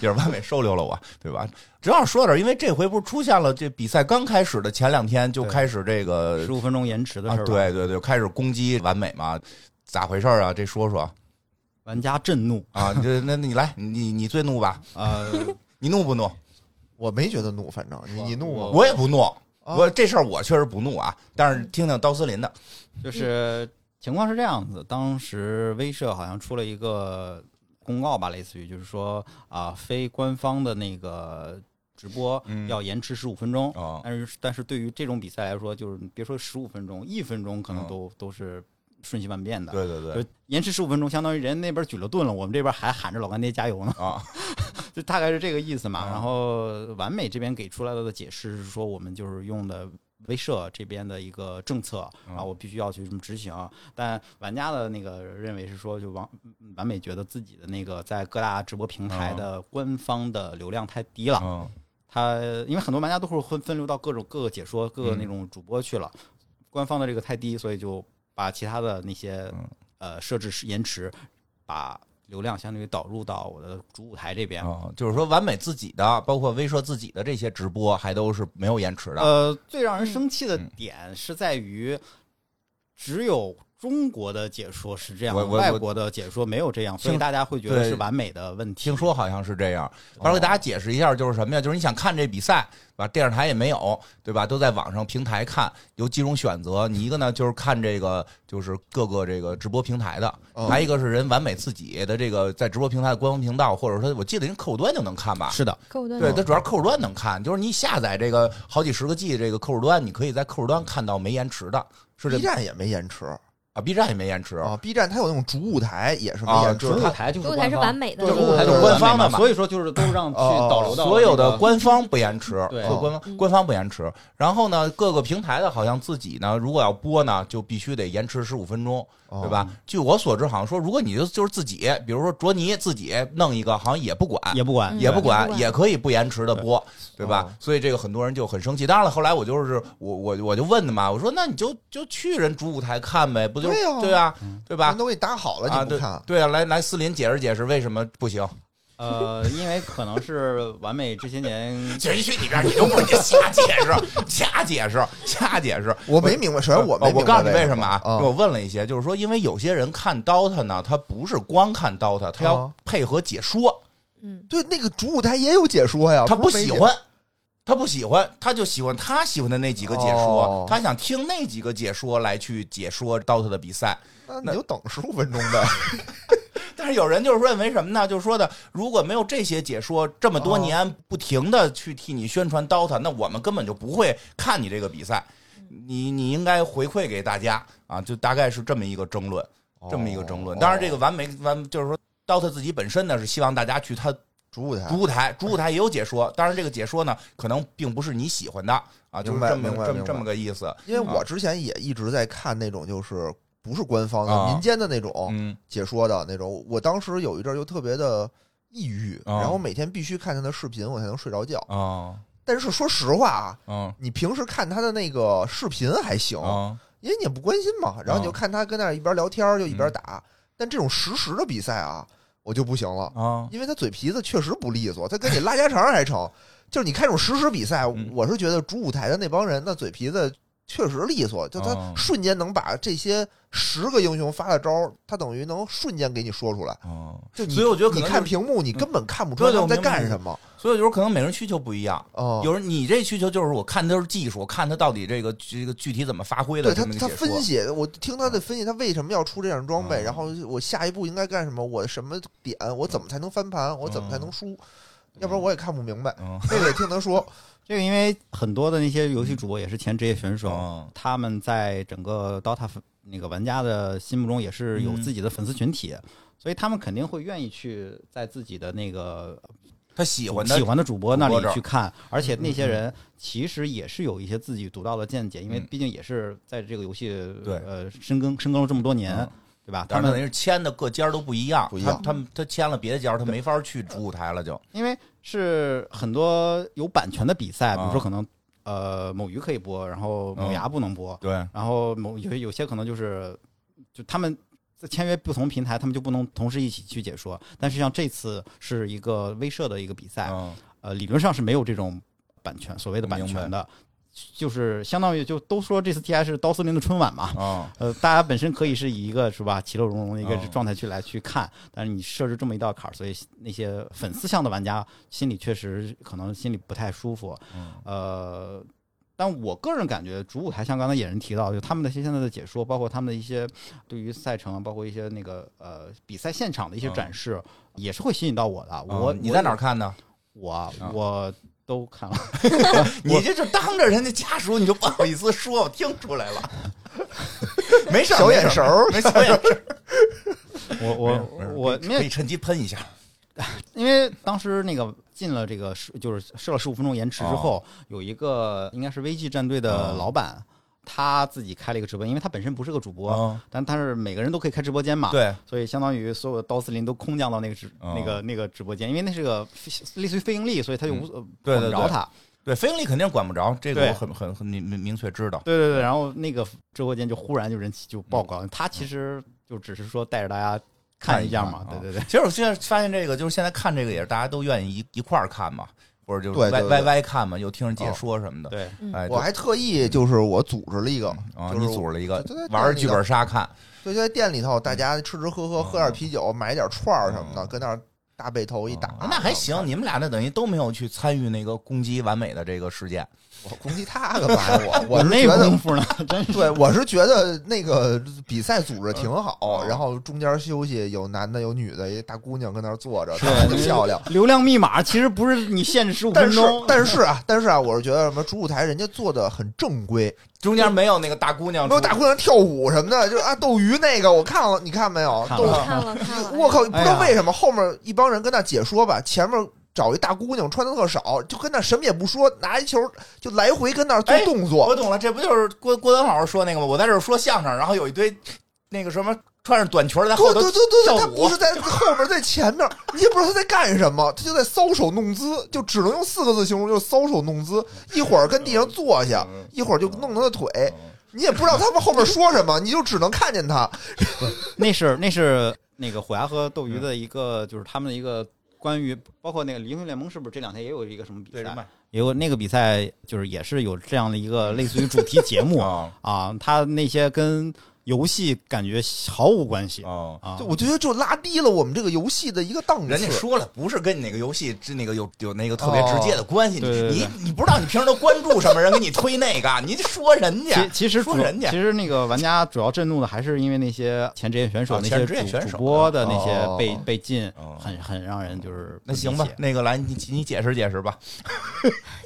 也是完美收留了我，对吧？正好说点儿，因为这回不是出现了，这比赛刚开始的前两天就
对
开始这个
嗯十五分钟延迟的
啊
事儿、，，
对对对，开始攻击完美嘛，咋回事儿啊？这说说
玩家震怒，
啊，你这那那你来，你你最怒
*laughs*
吧？
呃，
你怒不怒？
我没觉得怒，反正你你怒吗？
我也不怒，
哦
啊
我这事儿我确实不怒啊。但是听听刀司林的，
就是情况是这样子，当时威社好像出了一个公告吧，类似于就是说啊、非官方的那个直播
嗯
要延迟十五分钟。
哦
但是，但是对于这种比赛来说，就是你别说十五分钟，一分钟可能
嗯
都、都是瞬息万变的。
对对对
就延迟十五分钟，相当于人那边举了盾了，我们这边还喊着老干爹加油呢，
啊，
*laughs* 就大概是这个意思嘛。
嗯
然后完美这边给出来的解释是说，我们就是用的威社这边的一个政策，
嗯
然后我必须要去这么执行。但玩家的那个认为是说，就完完美觉得自己的那个在各大直播平台
啊
的官方的流量太低了，
嗯
他因为很多玩家都会分分流到各种各个解说、各个
嗯
那种主播去了，官方的这个太低，所以就把其他的那些、
嗯
呃设置是延迟，把流量相当于导入到我的主舞台这边。
啊，就是说完美自己的，包括威慑自己的这些直播，还都是没有延迟的。嗯
呃，最让人生气的点是在于，只有中国的解说是这样，
我我
外国的解说没有这样，所以
听
大家会觉得
对
是完美的问题。
听说好像是这样，到时候给大家解释一下，就是什么呀？就是你想看这比赛，吧，电视台也没有，对吧？都在网上平台看，有几种选择。你一个呢就是看这个，就是各个这个直播平台的，
嗯
还有一个是人完美自己的这个在直播平台的官方频道，或者说我记得人客户端就能看吧？
是的，
客户端
对，它主要是客户端能看，就是你下载这个好几十个 G 这个客户端，你可以在客户端看到没延迟的，是这
B 站也没延迟
啊，B 站也没延迟
啊，B 站它有那种主舞台也是没
啊
延
就
迟
是
主
的。
舞台就是
主舞台是
官
完
方
美的，
对对
还
对
是
对
官方
对
的
对
嘛，所以说就是都让去
哦
导流到
所有
那
的
个
官方不延迟，
对
各官方
嗯
官方不延迟。然后呢，各个平台的好像自己呢，如果要播呢，就必须得延迟十五分钟，
哦
对吧？据我所知，好像说如果你就就是自己，比如说卓尼自己弄一个，好像也不管，
也不管
嗯
也不
也不
管，
管
也可以不延迟的播，对吧
哦？
所以这个很多人就很生气。当然了，后来我就是我我我就问的嘛，我说那你就就去人主舞台看呗，不就
对呀
对啊对吧
人？都给你打好了，
啊
你不
对
看？
对啊，来来思林解释解释为什么不行？
呃，因为可能是完美这些年
去去你这你都不你瞎解释， *laughs* 瞎解释，瞎解释。
我没明白，首先我
我
没明白
告诉你为
什
什么啊？因为我
啊
问了一些，就是说，因为有些人看 DOTA 呢，他不是光看 DOTA，他要
哦
配合解说，
嗯，
对，那个主舞台也有解说呀， *laughs*
他
啊不
不
是没
喜
解。
欢，他不喜欢，他就喜欢他喜欢的那几个解说，
哦
他想听那几个解说来去解说 DOTA 的比赛。
那你
那
就等十五分钟呗。
但是有人就是认为什么呢？就是说的，如果没有这些解说这么多年
哦
不停的去替你宣传 DOTA，、那我们根本就不会看你这个比赛。你你应该回馈给大家啊，就大概是这么一个争论，
哦
这么一个争论。当然，这
个
个完美完就是说，DOTA 自己本身呢是希望大家去他
*laughs* 主舞台
主舞台，主舞台也有解说，当然这个解说呢，可能并不是你喜欢的啊，就是
明白
这么
明白
这么
明白
这么个意思。
因为我之前也一直在看那种就是不是官方的、
啊
民间的那种
嗯
解说的那种，我当时有一阵儿就特别的抑郁，
啊
然后每天必须看他的视频，我才能睡着觉。
啊
但是说实话啊，
嗯
你平时看他的那个视频还行，
啊
因为你也不关心嘛，然后你就看他跟那儿一边聊天儿就一
嗯
边打。但这种实时的比赛啊，我就不行了，
啊！
因为他嘴皮子确实不利索，他跟你拉家常还成。就是你看这种实时比赛
嗯，
我是觉得主舞台的那帮人那嘴皮子确实利索，就
哦
他瞬间能把这些十个英雄发的招儿，他等于能瞬间给你说出来。
啊
就你
所以我觉得可
你
能
看
就是嗯
屏幕，你根本看不出
对
来
对
他
我
们在
明白
干
明白
什么。
所以就是可能每个人需求不一样。
哦，
有人你这需求就是我看的都是技术，我看他到底这个这个具体怎么发挥的，
对他
这么一个
他
解说
分析，我听他的分析，他为什么要出这样装备，
嗯
然后我下一步应该干什么，我什么点，我怎么才能翻盘，我怎么才能输，要不然我也看不明白。
嗯
这个也听
*laughs*
他说，
这个，因为很多的那些游戏主播也是前职业选手，
嗯
他们在整个 DOTA 粉那个玩家的心目中也是
嗯
有自己的粉丝群体，所以他们肯定会愿意去在自己的那个
他喜欢的
喜欢的主播那
主播这
里
儿嗯
去看，而且那些人其实也是有一些自己独到的见解，因为
嗯
毕竟也是在这个游戏
对
呃深耕深耕了这么多年
嗯，
对吧？
但
他
是等
们
于是签的各尖儿都不一样，
不一样
他他们他签了别的尖儿，他没法去主舞台了就，
因为是很多有版权的比赛，比如
啊
说可能呃某鱼可以播，然后某
嗯
牙不能播，
对，
然后某有些有些可能就是就他们在签约不同平台，他们就不能同时一起去解说。但是像这次是一个威社的一个比赛，
嗯，
呃，理论上是没有这种版权，所谓的版
明白
权的，就是相当于就都说这次 TI 是刀司令的春晚嘛。
嗯，
呃，大家本身可以是以一个是吧其乐融融的一个
嗯
状态去来去看，但是你设置这么一道坎儿，所以那些粉丝向的玩家心里确实可能心里不太舒服。
嗯
呃，但我个人感觉主舞台像刚才野人提到，就他们的一些现在的解说，包括他们的一些对于赛程，啊包括一些那个呃比赛现场的一些
嗯
展示，也是会吸引到我的。我
你在哪儿
儿？
看的？
我啊我都看了。
你这就当着人家家属，你就不好意思说，我听出来 *laughs* 了。没事儿，
小
没事
眼神儿
没小眼神儿，
*laughs* 我
没事
我
儿
我，因
可以
为
趁机喷一下。
因为当时那个进了这个十就是设了十五分钟延迟之后，有一个应该是 VG 战队的
哦
老板。他自己开了一个直播，因为他本身不是个主播，
哦
但他是每个人都可以开直播间嘛，
对，
所以相当于所有的刀司林都空降到那个直、
哦
那个那个直播间，因为那是个非类似于非盈利，所以他就无所
对对
管不着他。
对，非盈利肯定管不着，这个
对
我很很很明明明确知道。
对对对，然后那个直播间就忽然就人气就爆高，他其实就只是说带着大家看一下嘛，
看一看
对对对。
其实我现在发现这个，就是现在看这个也是大家都愿意一一块儿看嘛，或者就是
对
歪
对对哦
歪歪看嘛，又听人解说什么的。
对，
嗯
哎，对
我还特意就是我组织了一个，
啊，
就是
你组织了一嗯个
就在
玩儿剧本杀看，
就在店里头，大家吃吃喝喝，
哦
喝点啤酒，买点串儿什么的，
嗯
跟那儿大背头一打
啊，那还行。你们俩那等于都没有去参与那个攻击完美的这个事件。
我攻击他干嘛
*laughs*
呀？我我是
那
觉得
功夫呢，真是
对，我是觉得那个比赛组织挺好，
嗯
然后中间休息，有男的有女的，一大姑娘跟那儿坐着，
对
特漂亮。
流量密码其实不是你限制十五
但
分
是
钟，
但是啊，但是啊，我是觉得什么主舞台人家做的很正规，
中间没有那个大姑娘出，
没有大姑娘跳舞什么的，就啊斗鱼那个我看了，你看没有？
看
斗
了
鱼
看了看了，
我靠，不知道
哎呀
为什么后面一帮人跟那解说吧，前面找一大姑娘穿的特少，就跟那什么也不说，拿一球就来回跟那儿做
哎
动作。
我懂了，这不就是郭郭德纲老师说那个吗？我在这儿说相声，然后有一堆那个什么穿着短裙儿在后
对
头
对对对
跳
对，他
舞
不是，在后面，在前面， *laughs* 你也不知道他在干什么，他就在搔首弄姿，就只能用四个字形容，就是搔首弄姿。一会儿跟地上坐下，一会儿就弄他的腿，你也不知道他们后面说什么，你就只能看见他。
那是那是那个虎牙和斗
嗯
鱼的一个，就是他们的一个关于包括那个英雄联盟是不是这两天也有一个什么比
对
赛？也有那个比赛就是也是有这样的一个类似于主题节
*laughs*
目
嗯啊
啊，它那些跟游戏感觉毫无关系
啊！
啊
就。我觉得就拉低了我们这个游戏的一个档
人家
次。
说了，不是跟你那个游戏之那个有有那个特别直接的关系，
哦对对
你
对
你你不知道你平时都关注什么人给你推那个，你说人家
其其实
说
主
人家
其实那个玩家主要震怒的还是因为那些前职业选手、
啊
那
前
些
职业选
主
手啊
主播的那些
哦
被被禁
哦，
很很让人就是
那
不理
行吧
解，
那个来你你解释解释吧，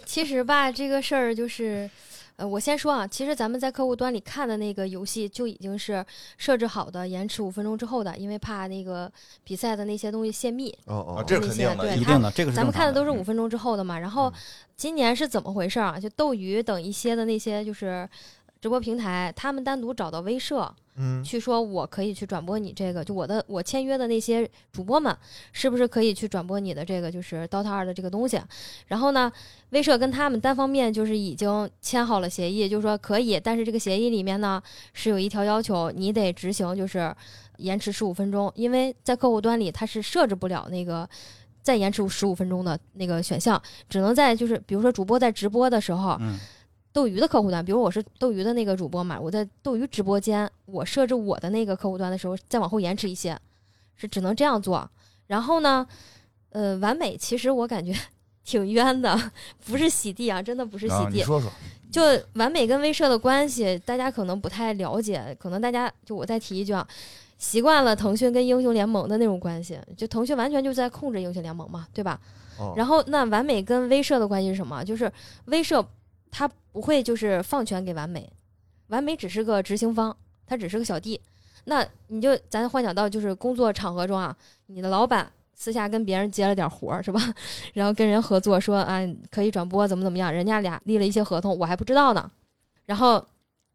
其实吧，这个事儿就是，呃，我先说啊，其实咱们在客户端里看的那个游戏就已经是设置好的，延迟五分钟之后的，因为怕那个比赛的那些东西泄密。
哦哦
啊，这是肯定
那
的，
些
一
对
定的这嗯个是
咱
正常
们看的都是
嗯
五分钟之后的嘛。然后今年是怎么回事啊？就斗鱼等一些的那些就是直播平台，他们单独找到威社，
嗯，
去说我可以去转播你这个，就我的我签约的那些主播们，是不是可以去转播你的这个就是 DOTA 二的这个东西？啊然后呢，威社跟他们单方面就是已经签好了协议，就是说可以，但是这个协议里面呢是有一条要求，你得执行就是延迟十五分钟，因为在客户端里它是设置不了那个。再延迟十五分钟的那个选项，只能在就是比如说主播在直播的时候，
嗯
斗鱼的客户端，比如我是斗鱼的那个主播嘛，我在斗鱼直播间，我设置我的那个客户端的时候，再往后延迟一些，是只能这样做。然后呢，呃，完美其实我感觉 *laughs* 挺冤的，不是洗地啊，真的不是洗
啊
地。
说说，
就完美跟威社的关系，大家可能不太了解，可能大家就我再提一句啊，习惯了腾讯跟英雄联盟的那种关系，就腾讯完全就在控制英雄联盟嘛，对吧？
哦
然后那完美跟威社的关系是什么？就是威社他不会就是放权给完美，完美只是个执行方，他只是个小弟。那你就咱幻想到就是工作场合中啊，你的老板私下跟别人接了点活儿是吧？ *laughs* 然后跟人合作说啊可以转播怎么怎么样，人家俩立了一些合同，我还不知道呢。然后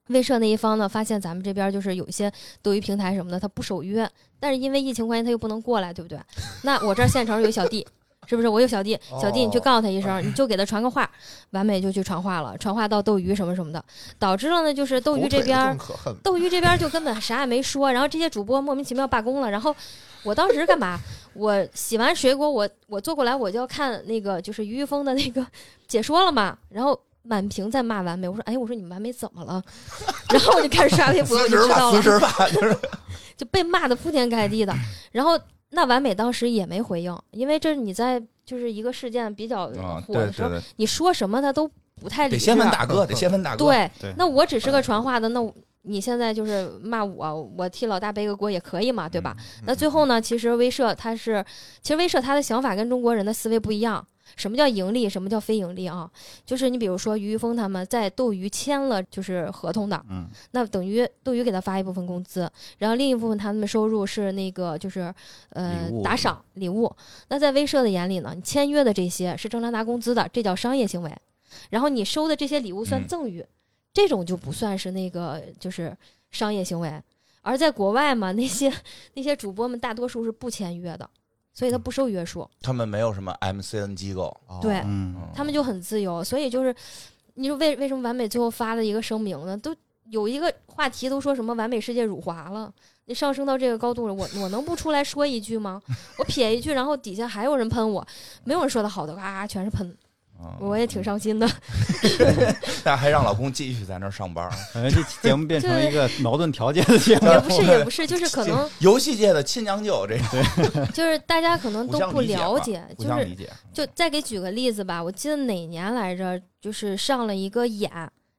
卫社那一方呢，发现咱们这边就是有一些斗鱼平台什么的，他不守约，但是因为疫情关系他又不能过来，对不对？那我这儿县城有一小弟。 *laughs* 是不是我有小弟？小弟，你去告诉他一声，你就给他传个话，完美就去传话了，传话到斗鱼什么什么的，导致了呢，就是斗鱼这边
火腿更可恨，
斗鱼这边就根本啥也没说，然后这些主播莫名其妙罢工了。然后我当时干嘛？我洗完水果，我我坐过来我就要看那个就是于玉峰的那个解说了嘛， *laughs* 然后。满屏在骂完美，我说哎，我说你们完美怎么了？然后我就开始刷微博，我
辞
就
职
知
吧，
道
辞
了，
职吧，就是
就被骂的铺天盖地
*laughs*
的。然后那完美当时也没回应，因为这是你在就是一个事件比较
啊，
火
对
的时
对
候，
对，
你说什么他都不太理
得
智
先。问大哥，得先问大哥，，嗯
对
对，
那我只是个传话的，那我你现在就是骂我，我替老大背个锅也可以嘛，对吧？
嗯
那最后呢，其实威社它是，其实威社它的想法跟中国人的思维不一样。什么叫盈利？什么叫非盈利啊？就是你比如说于玉峰他们在斗鱼签了就是合同的，
嗯，
那等于斗鱼给他发一部分工资，然后另一部分他们的收入是那个就是呃
礼物
打赏礼物。那在威社的眼里呢，你签约的这些是正常拿工资的，这叫商业行为。然后你收的这些礼物算
嗯
赠与，这种就不算是那个就是商业行为。而在国外嘛，那些 *laughs* 那些主播们大多数是不签约的，所以
嗯
他不受约束，
哦
他们没有什么 MCN 机构，啊
对
嗯，
他们就很自由。所以就是，你说为为什么完美最后发了一个声明呢？都有一个话题都说什么完美世界辱华了，你上升到这个高度了，我我能不出来说一句吗？我撇一句，然后底下还有人喷我，没有人说的好的，啊，全是喷，
嗯
我也挺伤心的。
但还让老公继续在那儿上班。
感觉这期节
*laughs*
目变成了一个矛盾调节的节目。
也不是也不是，就是可能
游戏界的亲娘舅，这个
就是大家可能都不了解，
互
就
相
是
理解。嗯
就再给举个例子吧，我记得哪年来着，就是上了一个眼，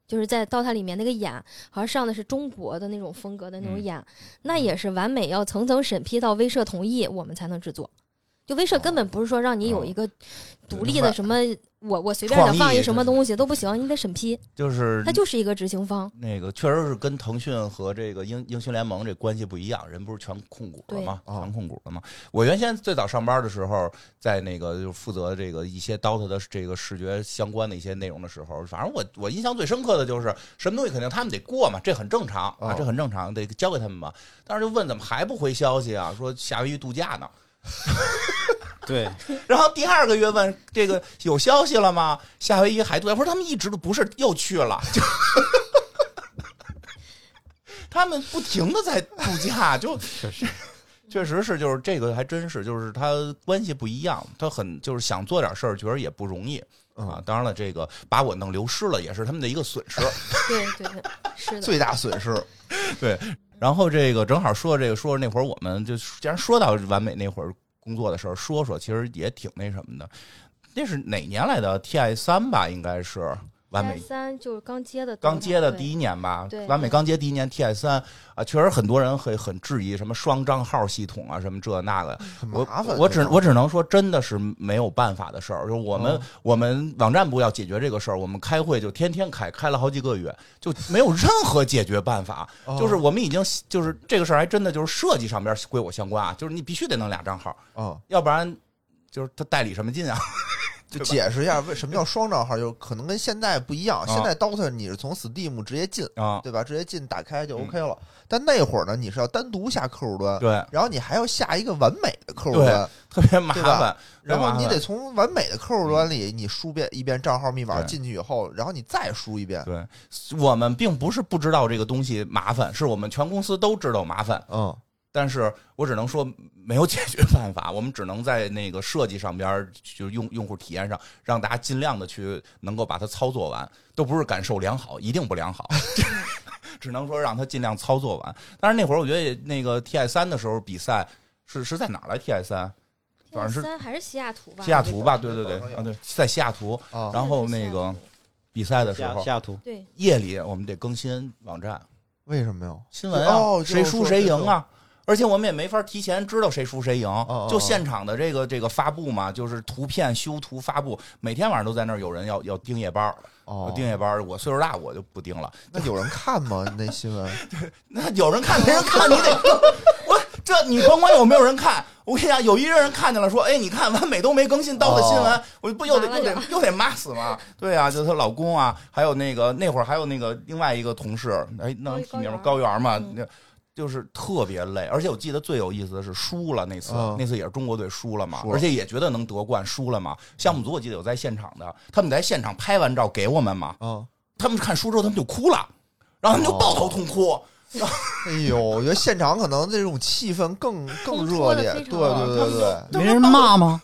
就是在《DOTA》里面那个眼，好像上的是中国的那种风格的那种眼，那也是完美要层层审批到威社同意，我们才能制作。就威社根本不是说让你有一个独立的什哦么，我我随便想放一什么嗯东西都不行，你得审批，
就是
它就是一个执行方。
那个，确实是跟腾讯和这个英英雄联盟这关系不一样，人不是全控股了吗？
对哦
全控股了吗？我原先最早上班的时候，在那个就是负责这个一些 DOTA 的这个视觉相关的一些内容的时候，反正我我印象最深刻的就是什么东西肯定他们得过嘛，这很正常啊，
哦
这很正常，得交给他们嘛。但是就问怎么还不回消息啊？说夏威夷度假呢。
对，
然后第二个月问这个有消息了吗？夏威夷还度假，不是他们一直都不是又去了， *laughs* 就他们不停的在度假，就
确实，
*laughs* 确实是就是这个还真是就是他关系不一样，他很就是想做点事儿，觉得也不容易啊
嗯。，
当然了，这个把我弄流失了也是他们的一个损失。
对对对，是的。
最大
*laughs*
损失
然后这个正好说这个说那会儿我们就既然说到完美那会儿工作的事儿，说说其实也挺那什么的。那是哪年来的？TI 三吧，应该是完美
三就是刚接的，
刚接的第
一，
一年吧
对，
完美
对
刚接第一年 TI 三啊，确实很多人会很质疑什么双账号系统啊，什么这那个。
很
我
麻烦。
我只
这种
我只能说，真的是没有办法的事儿。就是我们、
哦
我们网站部要解决这个事儿，我们开会就天天开，开了好几个月，就没有任何解决办法。
*laughs* 哦
就是我们已经就是这个事儿，还真的就是设计上边归我相关啊，就是你必须得弄俩账号，
嗯，
要不然就是他代理什么劲啊？ *laughs*
就解释一下为什么叫双账号，就可能跟现在不一样。
啊
现在 DOTA 你是从 Steam 直接进，
啊，
对吧？直接进打开就 OK 了。但那会儿呢，你是要单独下客户端，
嗯对，
然后你还要下一个完美的客户
对
端，
特别麻
对吧
烦。
然
特别麻
后
烦
你得从完美的客户端里你输遍一遍账号密码
嗯对
进去以后，然后你再输一遍。
对我们并不是不知道这个东西麻烦，是我们全公司都知道麻烦，
嗯，
但是我只能说没有解决办法，我们只能在那个设计上边儿，就用用户体验上，让大家尽量的去能够把它操作完，都不是感受良好，一定不良好。 *laughs* 只能说让他尽量操作完。但是那会儿我觉得也那个 TI 三的时候比赛是是在哪儿来 TI 三？反正是
三还是西雅图吧？
西雅图吧？对对对
网上，有
啊对，在西雅图。
啊
然后那个比赛的时
下
候，
下图
对，
夜里我们得更新网站，
为什么呀？
新闻啊，
哦
谁输谁赢
就是
啊。而且我们也没法提前知道谁输谁赢，
哦
就现场的这个这个发布嘛，就是图片修图发布，每天晚上都在那儿有人要要盯夜班儿，
哦
我，盯夜班儿，我岁数大我就不盯了。 *laughs*
那有人看吗？那新闻
那有人看没人看，你得我这你甭管有没有人看，我跟你讲，有一个人看见了，说：“哎，你看完美都没更新到的新闻，我不又得
麻
又
哦了就
得又得骂死吗？”对啊，就是她老公啊，还有那个那会儿还有那个另外一个同事，哎，那
高
名儿
高
高原嘛，
嗯
那就是特别累。而且我记得最有意思的是输了那次，
嗯
那次也是中国队输了嘛，
输了
而且也觉得能得冠，输了嘛。项目组我记得有在现场的，他们在现场拍完照给我们嘛，
啊，
他们看书之后他们就哭了，然后他们就抱头痛哭。
哎呦，我觉得现场可能这种气氛更更热烈，对
烘托
对
得
对对，
他
没
们
人骂吗？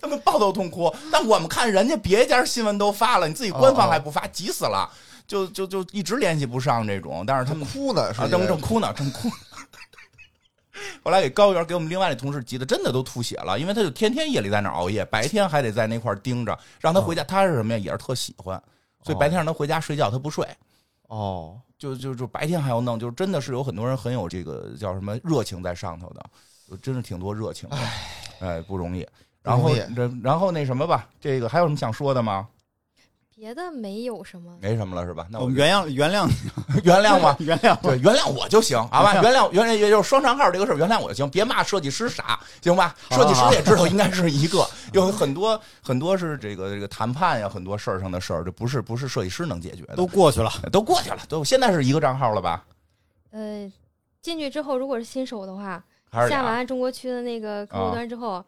他们抱头痛哭，
嗯
但我们看人家别家新闻都发了，你自己官方还不发，急死了，就就就一直联系不上这种，但是他们
哭呢，是
啊
因
正
为
正哭呢，正哭呢。 *laughs* 后来给高原给我们另外那同事急的真的都吐血了，因为他就天天夜里在那儿熬夜，白天还得在那块儿盯着，让他回
嗯
家，他是什么呀，也是特喜欢，所以白天让他回家睡觉，他不睡。
哦，
就就就白天还要弄，就真的是有很多人很有这个叫什么热情在上头的，就真是挺多热情的，哎，不容易。然
不
后
容易
然然后那什么吧，这个还有什么想说的吗？
别的没有什么。
没什么了是吧？那
我
我
们
们
原谅原
*laughs*
谅，
原谅吧
*laughs* 原谅吧
对，原谅我就行，好
*laughs*
吧？
原谅
原谅原谅，也就是双长号这个事儿，原谅我就行，别骂设计师傻，行吧？
好
设计师
好
也知
*laughs*
道应该是一个，有很多很多是这个这个谈判呀，很多事儿上的事儿，这不是不是设计师能解决的，
都过
*laughs*
去了，
都过去了，都现在是一个账号了吧？
呃，进去之后，如果是新手的话，
还是
下
俩？
完中国区的那个客
啊
户端之后，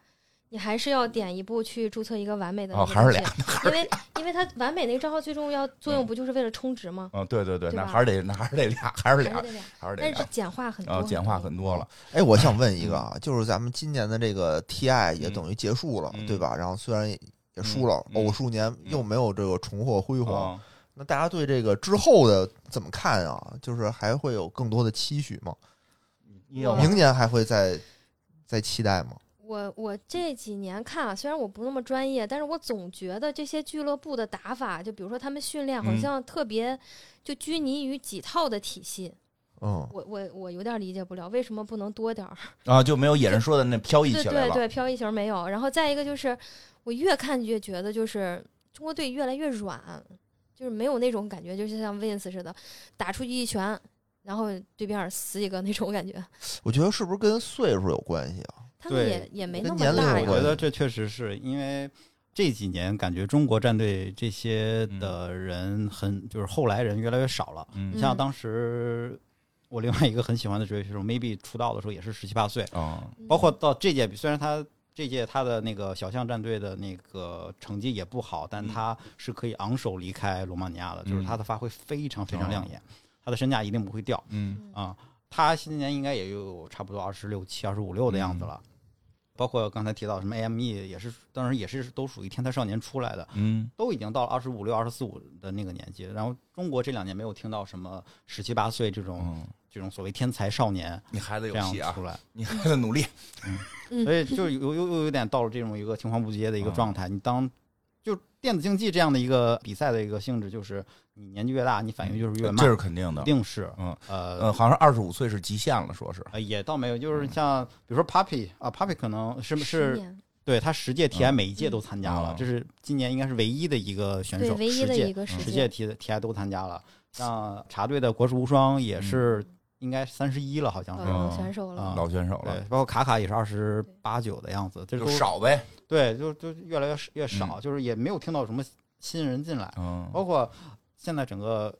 你还是要点一步去注册一个完美的那
哦
个
还是
东西因为因为它完美那个账号最重要作用不就是为了充值吗？
嗯，对对对，
对
那
吧
还是得那还是得俩，还是
还
俩
是，得俩，
还是得
但是
俩。
简化很
啊，
多，
简化很多了，
哎，我想问
嗯
一个啊，就是咱们今年的这个 TI 也等于结束了，
嗯
对吧？然后虽然也输了，
嗯嗯
偶数年又没有这个重获辉煌，
嗯
那大家对这个之后的怎么看啊？就是还会有更多的期许吗？
你有
哇
吗
明年还会再再期待吗？
我我这几年看啊，虽然我不那么专业，但是我总觉得这些俱乐部的打法，就比如说他们训练好
嗯
像特别就拘泥于几套的体系，
嗯，
我我我有点理解不了，为什么不能多点儿？
啊，就没有野人说的那飘逸
对
起来
对
了。
对，飘逸型没有。然后再一个就是，我越看越觉得就是中国队越来越软，就是没有那种感觉，就是像 Vince 似的，打出去一拳，然后对面死一个那种感觉。
我觉得是不是跟岁数有关系啊？
他们
对
也也没
跟
那么
年龄
大
有
我
呀
关。
觉得这确实是因为这几年感觉中国战队这些的人很，就是后来人越来越少了。
嗯
你
嗯
像当时我另外一个很喜欢的职业选手 Maybe 出道的时候也是十七八岁，
啊，
包括到这届比，虽然他这届他的那个小象战队的那个成绩也不好，
嗯
但他是可以昂首离开罗马尼亚的，就是他的发挥非常非常亮眼，他的身价一定不会掉
嗯
啊、他今年应该也有差不多二十六七、二十五六的
嗯
样子了。包括刚才提到什么 AME 也是，当然也是都属于天才少年出来的，
嗯
都已经到了二十五六、二十四五的那个年纪。然后中国这两年没有听到什么十七八岁这种
嗯，
这种所谓天才少年
你孩子
这
有
样
戏啊
出，来，
*laughs* 你孩子努力。
嗯
所以就有又又有点到了这种一个青黄不接的一
嗯
个状态。你当就电子竞技这样的一个比赛的一个性质，就是你年纪越大，你反应就是越慢
这，是肯定
一
的。
定是
嗯
呃
嗯，好像是二十五岁是极限了，说是
呃也倒没有，就是像比如说 Papi 啊，Papi 可能是
十
是
年
对他十届 TI 每一届都参加了
嗯，
这是今年应该是唯一的一个选
对
手，
唯一
十
的
届
一个
嗯
世
十
界
届 T TI 都参加了。像茶队的国士无双也是应该三十一了，好像
老
是。
嗯
老选手了
啊。
老选手
对
了，，
包括卡卡也是二十八九的样子，这
就
都
少呗。
对，就就越来越少越少，就是也没有听到什么新人进来，
嗯
包括现在整个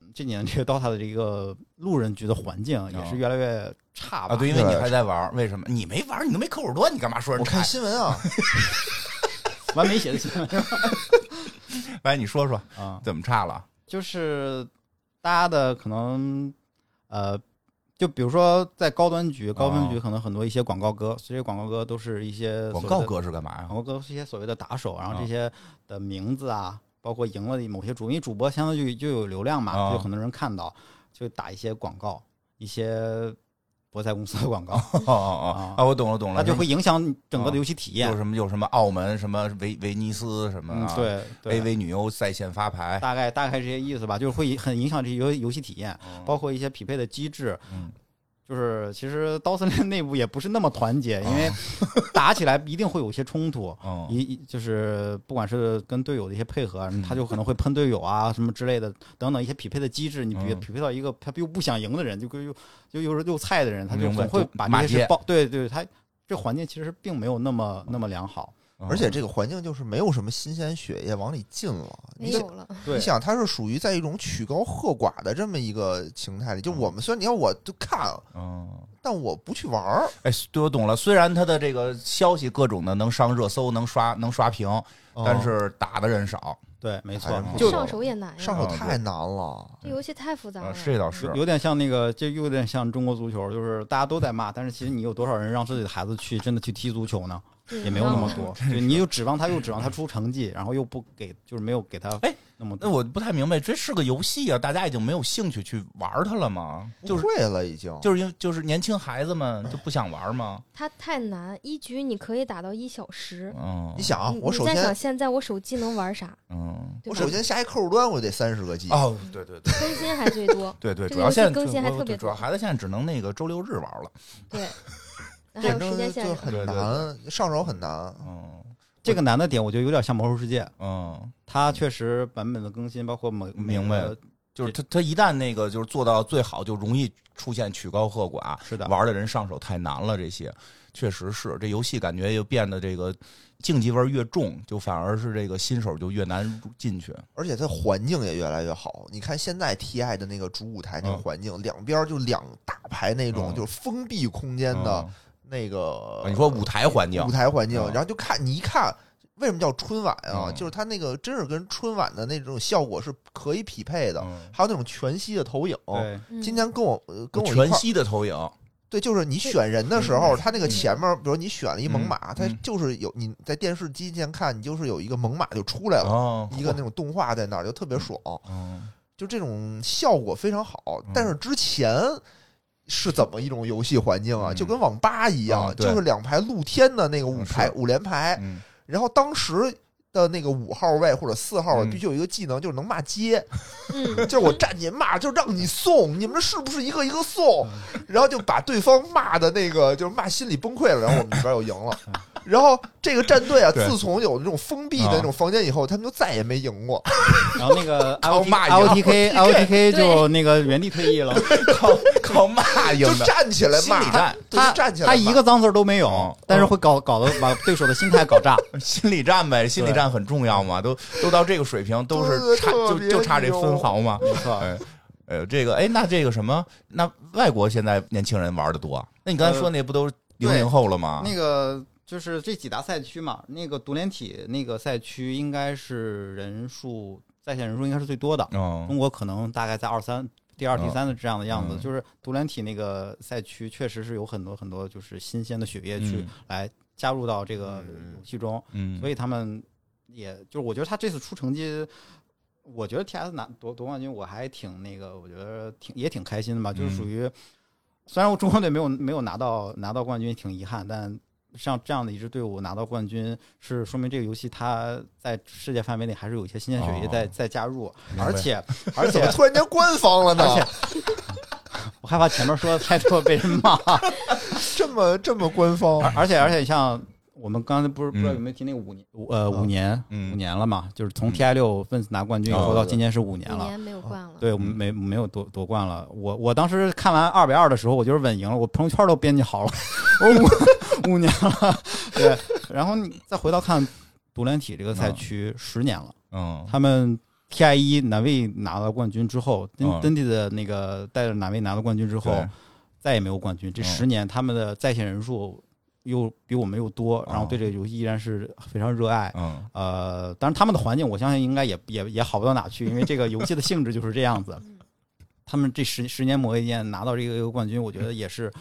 嗯这几年这个 DOTA 的这个路人局的环境也是越来越差
哦
吧？
啊，对，因为你还在玩，为什么你没玩？你都没科普多，你干嘛说人
我
差
看？新闻
嗯
啊，
*laughs* 完美写的新
*laughs*
闻
来，哎你说说
啊，
怎么差了？
*laughs* 就是大家的可能呃。就比如说，在高端局，高端局可能很多一些广告歌，所以广告歌都是一些
哦广
所谓
告
的
哥是干嘛呀
*laughs* 然？后跟这些所谓的打手，然
啊
后这些的名字啊，包括赢了的某些主，因为主播相当于就有流量嘛，
啊
就有很多人看到，就打一些广告，一些博彩公司的广
*laughs*
告，
哦哦哦啊，我懂了懂
那
了，
就会影响整个
啊
的游戏体验
有。什么有什么澳门什么维维尼斯什么
嗯
啊，，
对对
AV 女优在线发牌，
大概大概这些意思吧，就是会很影响这些游游戏体验，包括一些匹配的机制。
啊嗯
就是其实刀森林内部也不是那么团结，因
啊
为打起来一定会有一些冲突。
嗯
一一就是不管是跟队友的一些配
*laughs*
合，啊他就可能会喷队友啊什么之类的，等等一些匹配的机制，你比
嗯
匹配到一个他又不想赢的人，就跟又又又是又菜的人，他就
明白
总会
就
把
骂
这些
街
事爆。对对，他这环境其实并没有那么那么良好。
嗯
而且这个环境就是没有什么新鲜血液往里进了。
没
你想
有了，
嗯
对
你，想，它是属于在一种曲高和寡的这么一个形态里。就我们虽然你看我就看，啊
嗯，
但我不去玩儿。
哎，对我懂了。虽然他的这个消息各种的能上热搜，能刷能刷
哦
屏，但是打的人少。
对，没
哎
错
呀，不
就
错
上手也难呀，
上手太难了。
这游戏太复杂
啊，
了。
这倒是
有。有点像那个，就有点像中国足球，就是大家都在骂，但是其实你有多少人让自己的孩子去真的去踢足球呢？
对
也没有那么多。
嗯 *laughs*
对，你又指望他，又指望他出成绩，然后又不给，就是没有给他
哎
那么
那
多。
我不太明白，这是个游戏啊，大家已经没有兴趣去玩它了吗？就是
不会了，已经
就是因为就是年轻孩子们就不想玩吗？
它太难，一局你可以打到一小时。
嗯，
你想啊，
你
我
你
首
在想
先
现在我手机能玩啥？
嗯，
对
我
吧
首先下一客户端，我得三十个 G。
哦，对对对。，
更新还最多
*laughs* 对对，主
这个
要
游戏
现在
更新还
主
特别
主要
多
孩子现在只能那个周六日玩了。
对，那还
反
有时
正
间限
就
制。
很
对对
难，上手很难。
嗯
这个难的点，我觉得有点像《魔兽世界》，
嗯，
它确实版本的更新，包括每每
明白
个
就是他他一旦那个就是做到最好，就容易出现曲高和寡，
是的，
玩的人上手太难了。这些确实是这游戏感觉又变得这个竞技味儿越重，就反而是这个新手就越难入进去。
而且它环境也越来越好。你看现在 TI 的那个主舞台那个
嗯
环境，两边就两大排那种
嗯
就是封闭空间的那个
嗯、你说舞台环境
舞，台环境
嗯，
然后就看你一看。为什么叫春晚啊？
嗯
就是它那个真是跟春晚的那种效果是可以匹配的，
嗯
还有那种全息的投影。
哦
对，
嗯
今天跟我、呃跟我一块
全
儿
息的投影，
对，就是你选人的时候，它那个前面，比如你选了一猛犸，
嗯
它
嗯
就是有你在电视机前看，你就是有一个猛犸就出来了，
哦，
嗯一个那种动画在那儿，就特别爽。
嗯，
就这种效果非常好
嗯。
但是之前是怎么一种游戏环境啊？
嗯
就跟网吧一样，
啊对
就是两排露天的那个五排
嗯
五连排，
嗯
然后当时。的那个五号位或者四号位
嗯
必须有一个技能，就是能骂街，
*laughs*
嗯，
就是我站起来骂，就让你送，你们是不是一个一个送？
嗯
然后就把对方骂的那个，就是骂心理崩溃了，然后我们里边又赢了。然后这个战队啊，
嗯对
自从有那种封闭的那种房间以后，他们就再也没赢
啊
过。
然后那个 L
*laughs* 靠
T
骂
L T K L T K
对
就那个原地
*laughs*
退役了，
靠靠骂赢
哎就
的，
站起来
心
骂，
理战
对
他
就站起来
他
骂，
一个脏字儿都没有
嗯，
但是会搞搞得把对手的心态
*laughs*
搞炸。
心理战呗，心理战很重要嘛，都都到这个水平，都是
对
差
特
就
别
就差这分毫嘛。
没错，
哎，呃，这个哎，那这个什么，那外国现在年轻人玩的多啊，那你刚才说那不都是零零后了吗？
那个就是这几大赛区嘛，那个独联体那个赛区应该是人数在线人数应该是最多的，
嗯
中国可能大概在二三。第二、
嗯
第三的这样的样子，
嗯
就是独联体那个赛区，确实是有很多很多就是新鲜的血液去
嗯
来加入到这个
嗯
游戏中，
嗯，
所以他们也就是我觉得他这次出成绩，我觉得 T S 拿夺夺冠军，我还挺那个，我觉得挺也挺开心的吧，
嗯
就是属于、虽然我中国队没有没有拿到拿到冠军，挺遗憾，但。像这样的一支队伍拿到冠军，是说明这个游戏它在世界范围内还是有一些新鲜血液在、
哦
在加入，
明白
而且而
怎
且
么突然间官方了呢？
*laughs*
我害怕前面说的太多被人骂，
这么这么官方
而，而且而且像我们刚才不是不知
嗯
道有没有提那个五年五呃五
嗯
年
嗯
五年了嘛，就是从 TI 六 Fans 拿冠军以后
哦嗯
到今年是五年
五
了。
年没有冠了，
对，我们没没有夺夺冠了。我我当时看完二比二的时候，我就是稳赢了，我朋友圈都编辑好了，我五五年了。对，然后你再回到看独联体这个赛区，十年了。
嗯
他们 TI 一南卫拿了冠军之后，
嗯
真真地的那个带着南卫拿了冠军之后
对，
再也没有冠军。这
嗯
十年他们的在线人数又比我们又多，然后对这个游戏依然是非常热爱。
嗯
呃，当然他们的环境我相信应该也也也好不到哪去，因为这个游戏的性质就是这样子。他们这十十年磨一剑拿到这个冠军，我觉得也是，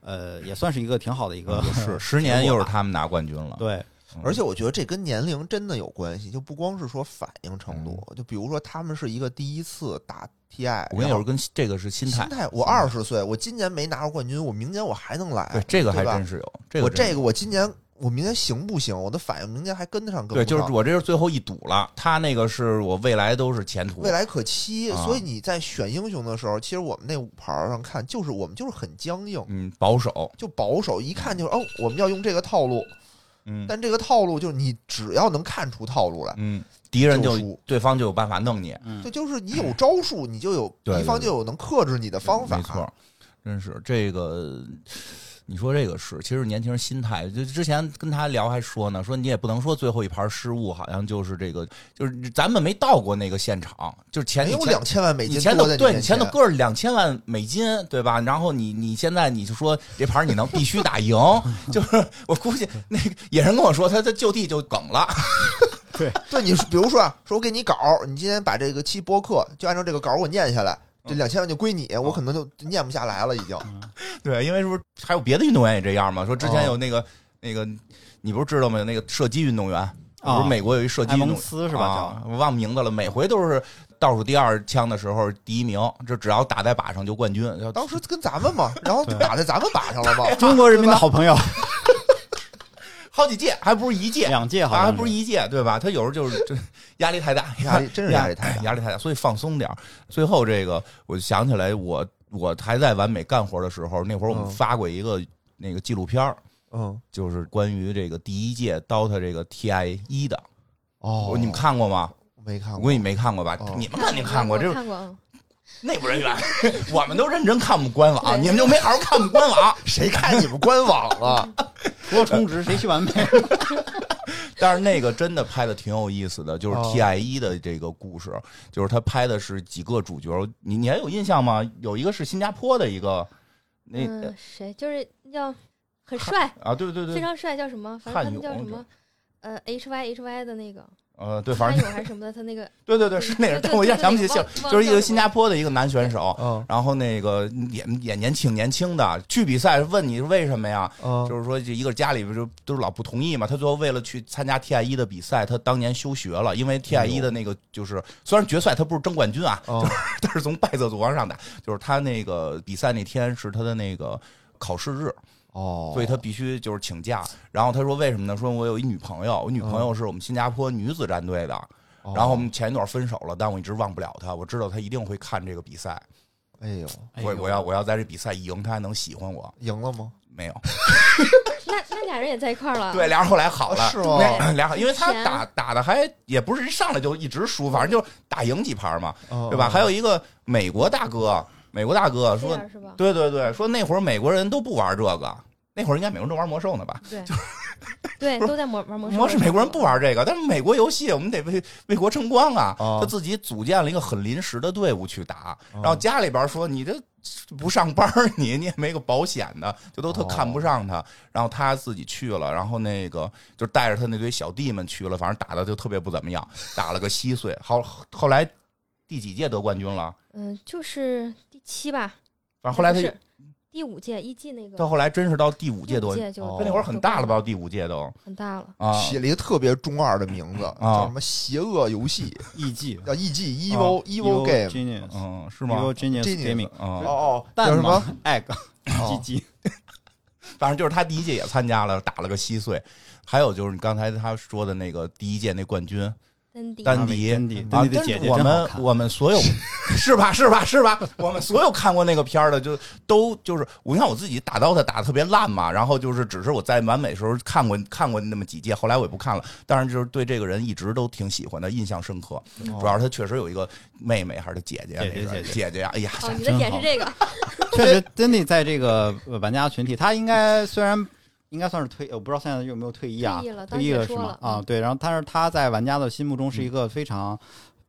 呃，也算是一个挺好的一个
也是十年又是他们拿冠军了，
对，
而且我觉得这跟年龄真的有关系，就不光是说反应程度，就比如说他们是一个第一次打 TI，
嗯我跟你
然
说，
后
跟这个是心
心
态，
态，我二十岁，我今年没拿着冠军，我明年我还能来
对，这个还
对吧
真是有，这个
我
真
这个我今年我明天行不行？我的反应明天还跟得上，跟
对，
不
就是
上
我这是最后一赌了，他那个是我未来都是前途
未。来可期。
啊
所以你在选英雄的时候，其实我们那五盘儿上看，就是我们就是很僵硬，
嗯，保守，
就保守，一看就是哦，我们要用这个套路。
嗯
但这个套路就是你只要能看出套路来，
嗯，敌人
就
就
输
对方就有办法弄你，
嗯
这就是你有招数，你就有
对对
敌方就有能克制你的方法。
没错，真是这个。你说这个是，其实年轻人心态，就之前跟他聊还说呢，说你也不能说最后一盘失误，好像就是这个，就是咱们没到过那个现场，就是前
哎没有
你前
两千万美
你
金
前
多
头
在
对
面
你前头搁着两千万美金，对吧？然后你你现在你就说这盘你能必须打
*laughs*
赢，就是我估计那个野人跟我说他他就地就梗了， *laughs*
对你，比如说啊，说我给你稿儿，你今天把这个期播客就按照这个稿儿我念下来，
嗯
这两千万就归你，我可能就念不下来了，已经。
对，因为是不是还有别的运动员也这样嘛？说之前
哦
有那个、那个，你不是知道吗？那个射击运动员，
啊
不是美国有一射击
啊埃
运动
蒙
员
斯是吧
啊我忘名字了，每回都是倒数第二枪的时候第一名，这只要打在靶上就冠军。然后
当时跟咱
*laughs*
们嘛，然后就打在咱们靶上了嘛。
中国人民的好朋友，
啊好几届，还不是一届，
哎
两届好
啊，
像
还不是一届，对吧？他有时候就是
*laughs*
这压力太大，
压力真是压力太大
压力太大，所以放松点儿。最后这个，我就想起来我，我还在完美干活的时候，那会儿我们
嗯
发过一个、那个纪录片儿
嗯，
就是关于这个第一届 DOTA 这个 TI 一的，
哦
我你们看过吗？
没看
我
过？
估计你没看过吧？
哦
你们肯定看过，
我
这
看过，嗯
内部人
*laughs*
员，我们都认真看我们官网，
对
你们就没好好看我们官网。
*laughs* 谁看你们官网啊？
除了充值谁去完美？ *laughs*
但是那个真的拍的挺有意思的，就是
哦
T I 一的这个故事，就是他拍的是几个主角，你你还有印象吗？有一个是新加坡的一个，那、
嗯，谁就是叫很帅，
啊，对 *laughs* 对
非
对，
常帅，叫什么？反正他们
汉
叫
勇
什么？呃，H Y H Y 的那个
呃， *laughs* 对，反
潘
正
勇还是什么的，他那个
对对对是那个，
对对
但我一下想不起
对
姓
对，忘
就是一
忘
个
了
新加坡的一个男选手，
*laughs* 嗯
然后那个也也年轻年轻的，去比赛问你为什么呀？*laughs*
嗯
就是说，这一个家里边就都是老不同意嘛。他最后为了去参加 TI 一的比赛，他当年休学了，因为 TI
哎
一的那个就是虽然决赛他不是争冠军啊， *laughs*
哦
就是他是从败者组往上打，就是他那个比赛那天是他的那个考试日，
哦
所以他必须就是请假。然后他说为什么呢？说我有一女朋友，我女
嗯
朋友是我们新加坡女子战队的，
哦
然后我们前一段分手了，但我一直忘不了她，我知道她一定会看这个比赛。
哎呦，
我我要我要在这比赛赢，他还能喜欢我？
赢了吗？
没有，
那那俩人也在一块儿了。
对，俩人后来好了，
啊是吗
那俩好，因为他
之前
打打的还也不是一上来就一直输，反正就是打赢几盘嘛，
嗯
对吧？还有一个美国大哥，美国大哥
这
说，
样是吧？
对对对，说那会儿美国人都不玩这个，那会儿应该美国人都玩魔兽呢吧？
对，对，都在魔
*laughs*
玩魔兽。
魔是美国人不玩这个，但是美国游戏我们得为为国争光啊！
哦
他自己组建了一个很临时的队伍去打，
哦
然后家里边说你这不上班儿，你你也没个保险的，就都特
哦
看不上他。然后他自己去了，然后那个就带着他那堆小弟们去了，反正打的就特别不怎么样，打了个稀碎。好，后来第几届得冠军了？
嗯，就是第七吧。
反正啊后来
不
他
是第五届一季那个，
到后来真是到第五届
第
得
五
冠军，
届就
哦
他那会儿很大了吧？？第五届都
很大了。
啊，
起了一个特别中二的名字，叫什么“邪恶游戏
艺伎”，
叫 E EG Evil Evil Game。
哦 Genius，
嗯，是吗？
Evil Genius
Genius
Gaming，
啊
哦，哦，
蛋
叫什么
吗？egg *laughs*
哦
GG，
反正就是他第一届也参加了，打了个稀碎。还有就是你刚才他说的那个第一届那冠军
丹迪，
丹
迪
迪，
丹迪
啊
丹迪的姐
但
姐
是我
真好
们
看
我们所有是吧是吧是吧，我们所有看过那个片儿的就都就是，我看我自己打刀他打得特别烂嘛，然后就是只是我在完美时候看过看过那么几届，后来我也不看了，但是就是对这个人一直都挺喜欢的，印象深刻。主要是他确实有一个妹妹还是姐姐，
哦姐姐
那是
姐姐
姐姐呀，哎呀，
哦，你的点
*laughs*
是这
哎
个，
确实丹迪在这个呃玩家群体，他应该虽然。应该算是退，我不知道现在有没有退役啊？
退
退
役了当时也
是
说
吗
了？
啊，
嗯
对。然后，但是他在玩家的心目中是一个非常，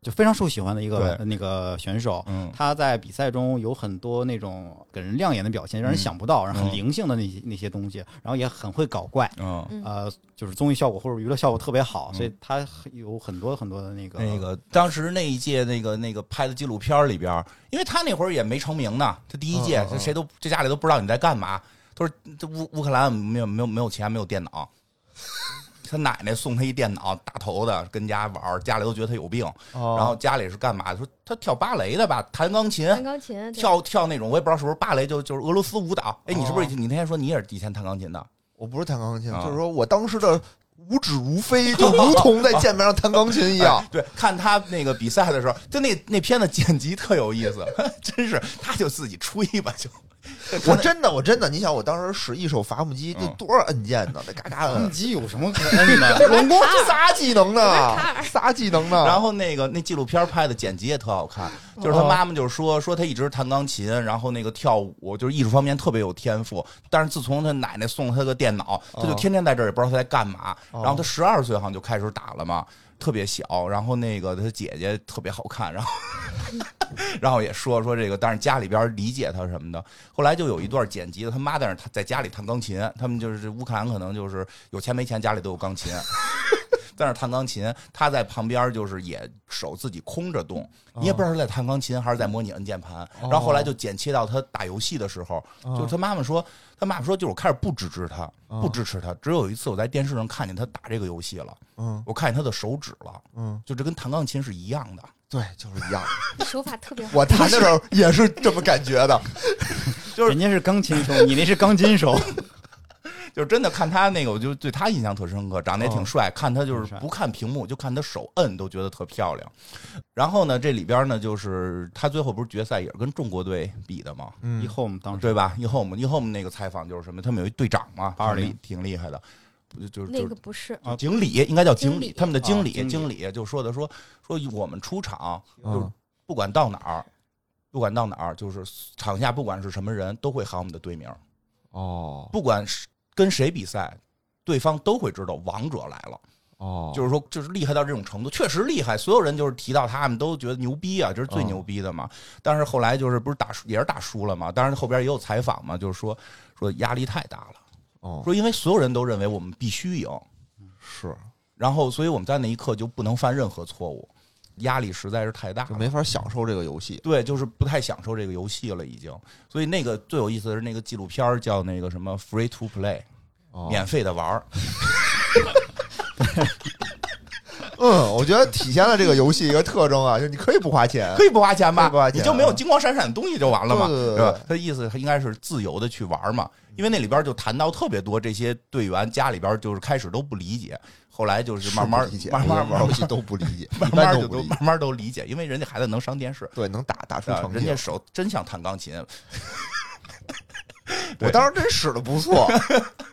就非常受喜欢的一个那个选手。
嗯
他在比赛中有很多那种给人亮眼的表现，让人想不到，然后很
嗯
灵性的那些那些东西，然后也很会搞怪。
嗯。
嗯
呃，就是综艺效果或者娱乐效果特别好，所以它有很多很多的那个
那个当时那一届那个那个拍的纪录片里边儿，因为他那会儿也没成名呢，他第一届
嗯嗯，
这
嗯
谁都这家里都不知道你在干嘛。他说这乌乌克兰没有没有没有钱，没有电脑。他奶奶送他一电脑，大头的，跟家玩儿，家里都觉得他有病。然
然
后家里是干嘛的？说他跳芭蕾的吧，弹钢琴，
弹钢琴，对
跳跳那种，我也不知道是不是芭蕾，就就是俄罗斯舞蹈。哎，你是不是
哦
你那天说你也是以前弹钢琴的？
我不是弹钢琴，
啊
就是说我当时的无指如飞，就如同在键盘上弹钢琴一样 *laughs*
哎。对，看他那个比赛的时候，就那那片子剪辑特有意思， *laughs* 真是他就自己吹吧，就
我真的，我真的，你想，我当时使一手伐木机，
嗯
那多少按键呢？那嘎嘎
摁
*laughs* 的，
嗯机有什么可摁
*laughs*
的？
总共仨技能呢， *laughs* 仨技能呢。
然后那个那纪录片拍的剪辑也特好看，就是他妈妈就说说他一直弹钢琴，然后那个跳舞，就是艺术方面特别有天赋。但是自从他奶奶送了他个电脑，他就天天在这儿也不知道他在干嘛。
哦
然后他十二岁好像就开始打了嘛，特别小。然后那个他姐姐特别好看，然后 *laughs* 然后也说说这个，但是家里边理解他什么的。后来就有一段剪辑的，他妈在那儿他在家里弹钢琴，他们就是乌克兰可能就是有钱没钱，家里都有钢琴。在那儿弹钢琴，他在旁边就是也手自己空着动，你也不知道是在弹钢琴还是在模拟摁键盘。然后后来就剪切到他打游戏的时候，就是他妈妈说，他妈妈说就是我开始不支持他，不支持他。只有一次我在电视上看见他打这个游戏了，
嗯
我看见他的手指了，
嗯，
就这跟弹钢琴是一样的。
对，就是一样。
你手法特别好。
我弹的时候也是这么感觉的。
人家是钢琴手，你那是钢筋手。
就是真的看他那个，我就对他印象特深刻，长得也
哦
挺帅。看他就是不看屏幕，就看他手摁，都觉得特漂亮。然后呢，这里边呢，就是他最后不是决赛也是跟中国队比的吗？
一后我
*laughs*
们当时
对吧？以后我们以后我们那个采访就是什么，他们有一队长嘛，
820
挺厉挺厉害的，就 *laughs* 就是
那
就
个
是
不是，
啊
经理应该叫
经
经理
理，
他们的经
啊经
理
理
经理就说的说说我们出场就是
嗯
不管到哪儿，不管到哪儿，就是场下不管是什么人都会喊我们的队名，
哦
不管是跟谁比赛。对方都会知道王者来了，
哦
就是说，就是厉害到这种程度，确实厉害。所有人就是提到他们都觉得牛逼啊，这是最牛逼
哦
的嘛。但是后来就是不是打输也是打输了嘛，当然后边也有采访嘛，就是说说压力太大了。
哦
说因为所有人都认为我们必须赢，
是，
然后所以我们在那一刻就不能犯任何错误，压力实在是太大
就
了。
没法享受这个游戏。
对，就是不太享受这个游戏了，已经。所以那个最有意思的是那个纪录片儿叫那个什么 “Free to Play”，、
哦
免费的玩儿。
嗯，我觉得体现了这个游戏一个特征啊，就是你可以不花钱
可。以不花钱吧？
可以不花钱啊
你就没有金光闪闪的东西就完了嘛，
对对对
吧？他意思他应该是自由的去玩嘛，因为那里边就谈到特别多这些队员家里边就是开始都不理解，后来就是慢慢
是不理解
慢
我觉
慢
得玩游戏都不理 *laughs* 解，
慢
一般
慢就
不
都
理解。
慢慢都理解，因为人家孩子能上电视，
对，能打打出
啊
成绩
人
来。
家手真想弹钢琴。
我当时真使的不错，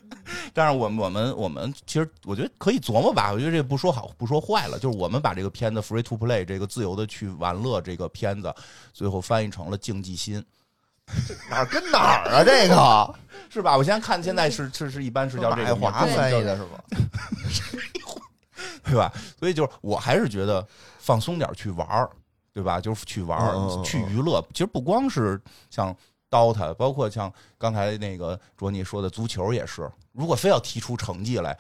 *laughs*
但是我们我们我们其实我觉得可以琢磨吧，我觉得这不说好不说坏了，就是我们把这个片子 “free to play” 这个自由的去玩乐这个片子，最后翻译成了竞技心。
哪儿跟哪儿啊？这个
*laughs* 是吧？我现在看现在是是是一般是叫这
爱
个
华
名字
翻译的是吧？
对吧？所以就是我还是觉得放松点儿去玩儿，对吧？就是去玩儿、
嗯嗯嗯
去娱乐。其实不光是像 DOTA，包括像刚才那个卓尼说的足球也是。如果非要踢出成绩来，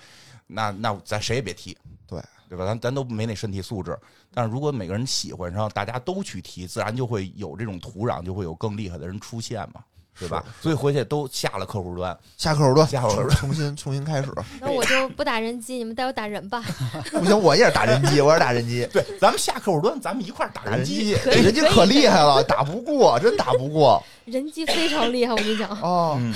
那那咱谁也别踢，
对
对吧？咱咱都没那身体素质。但是如果每个人喜欢上，大家都去踢，自然就会有这种土壤，就会有更厉害的人出现嘛。对吧？所以回去都下了客户端，
*laughs* 下课手段，
下课手
*laughs*
段
重新重新开始。
那我就不打人机，你们带我打人吧。 *laughs*
不行，我也是打人机，我也是打人 *laughs* 机，
对，咱们下客户端，咱们一块儿打
打
人
人
机。
机，哎
可以
人家可厉害了，打不过，真打不 *laughs* 过
人机非常厉害，我跟你讲，
哦。
嗯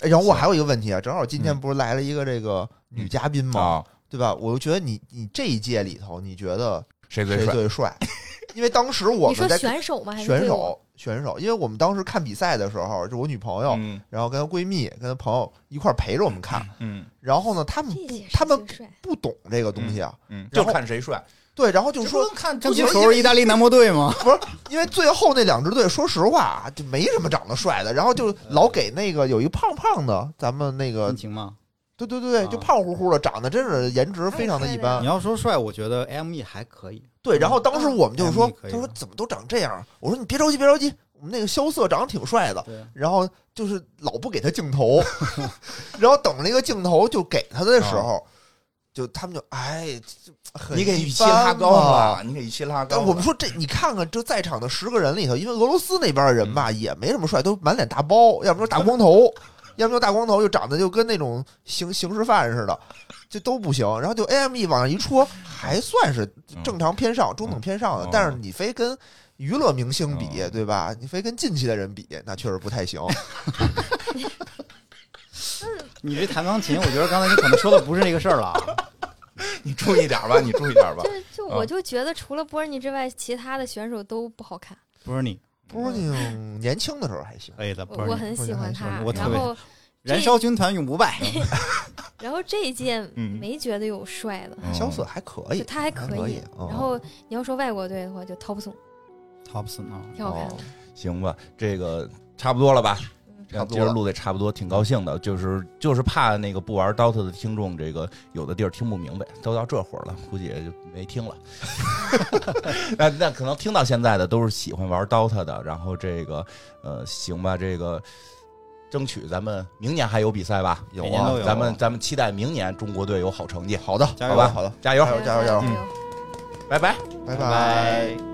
哎然后我还有一个问题啊，正好今天不是来了一个这个女嘉宾嘛，
啊，
对吧？我就觉得你你这一届里头，你觉得
谁最
谁
帅？
最帅？ *laughs* 因为当时我
你说
们在
选手吗？还是
选
队伍
手选手，因为我们当时看比赛的时候，就我女朋友，
嗯
然后跟她闺蜜、跟她朋友一块儿陪着我们看，
嗯
*laughs* 然后呢，他们
这
不
些
嗯他们
是最帅
不懂这个东西啊，
嗯，就
然后
看谁帅。
对，然后就
就
说
说看
这不就是意大利男模队吗？
不是，因为最后那两支队，说实话啊就没什么长得帅的，然后
嗯
就老给那个有一胖胖的，咱们那个
真情吗？
对对对，
嗯啊
就胖乎乎的，长得真是颜值非常的
哎
一般
你。要说帅，我觉得 M E 还可以。
对，然后当时我们就说
嗯，可
他
以
啊
说
的
怎么都长这样？我说你别着急，别着急，我们那个萧瑟长得挺帅的，
啊
对，
然后就是老不给他镜
*laughs*
头，然后等那个镜头就给他的时候，就他们就哎，这
啊
很
你给预
一
期拉
般
高
嘛
了，你给预期拉高
但
了。
我们说这，你看看这在场的十个人里头，因为俄罗斯那边的人
嗯
吧，也没什么帅，都满脸大包，要么就大光头，要么就大光头，就长得就跟那种刑刑事犯似的，就都不行。然后就 AME 往上一戳，还算是正常偏上、中等偏上的
嗯，
但是你非跟娱乐明星比，
嗯 *laughs*
对吧？你非跟近期的人比，那确实不太行。
你这弹钢琴，我觉得刚才你可能说的不是那个事儿了啊。
你注意点吧，你注意点
*laughs*
吧
就。就
啊
我就觉得除了波尔尼之外，其他的选手都不好看。
不是你，
不是你年轻的时候还行，
哎的，不
我
是
我
你。
很喜欢他
我，特
然
别
后
燃烧军团永不
*laughs*
败，
然后这一届
嗯
没觉得有帅的，
嗯
萧瑟还可以
就，他还
哎还可
以
以。嗯
然后你要说外国队的话，就 Thompson
Thompson 啊，
挺好看的
哦。
行吧，这个差不多了吧？呃
差不
今
多
儿
了
录的也差不多，挺高兴的。就是就是怕那个不玩 DOTA 的听众，这个有的地儿听不明白，都到这会儿了，估计也就没听
*laughs*
了。 *laughs* 那那可能听到现在的都是喜欢玩 DOTA 的，然后这个呃，行吧，这个争取咱们明年还有比赛吧？
每年都有
咱们咱们期待明年中国队有好成绩。好的，
加
好
油啊
吧，
好的，
嗯
加油，
加油加油加油
油！
拜拜。
嗯拜
拜。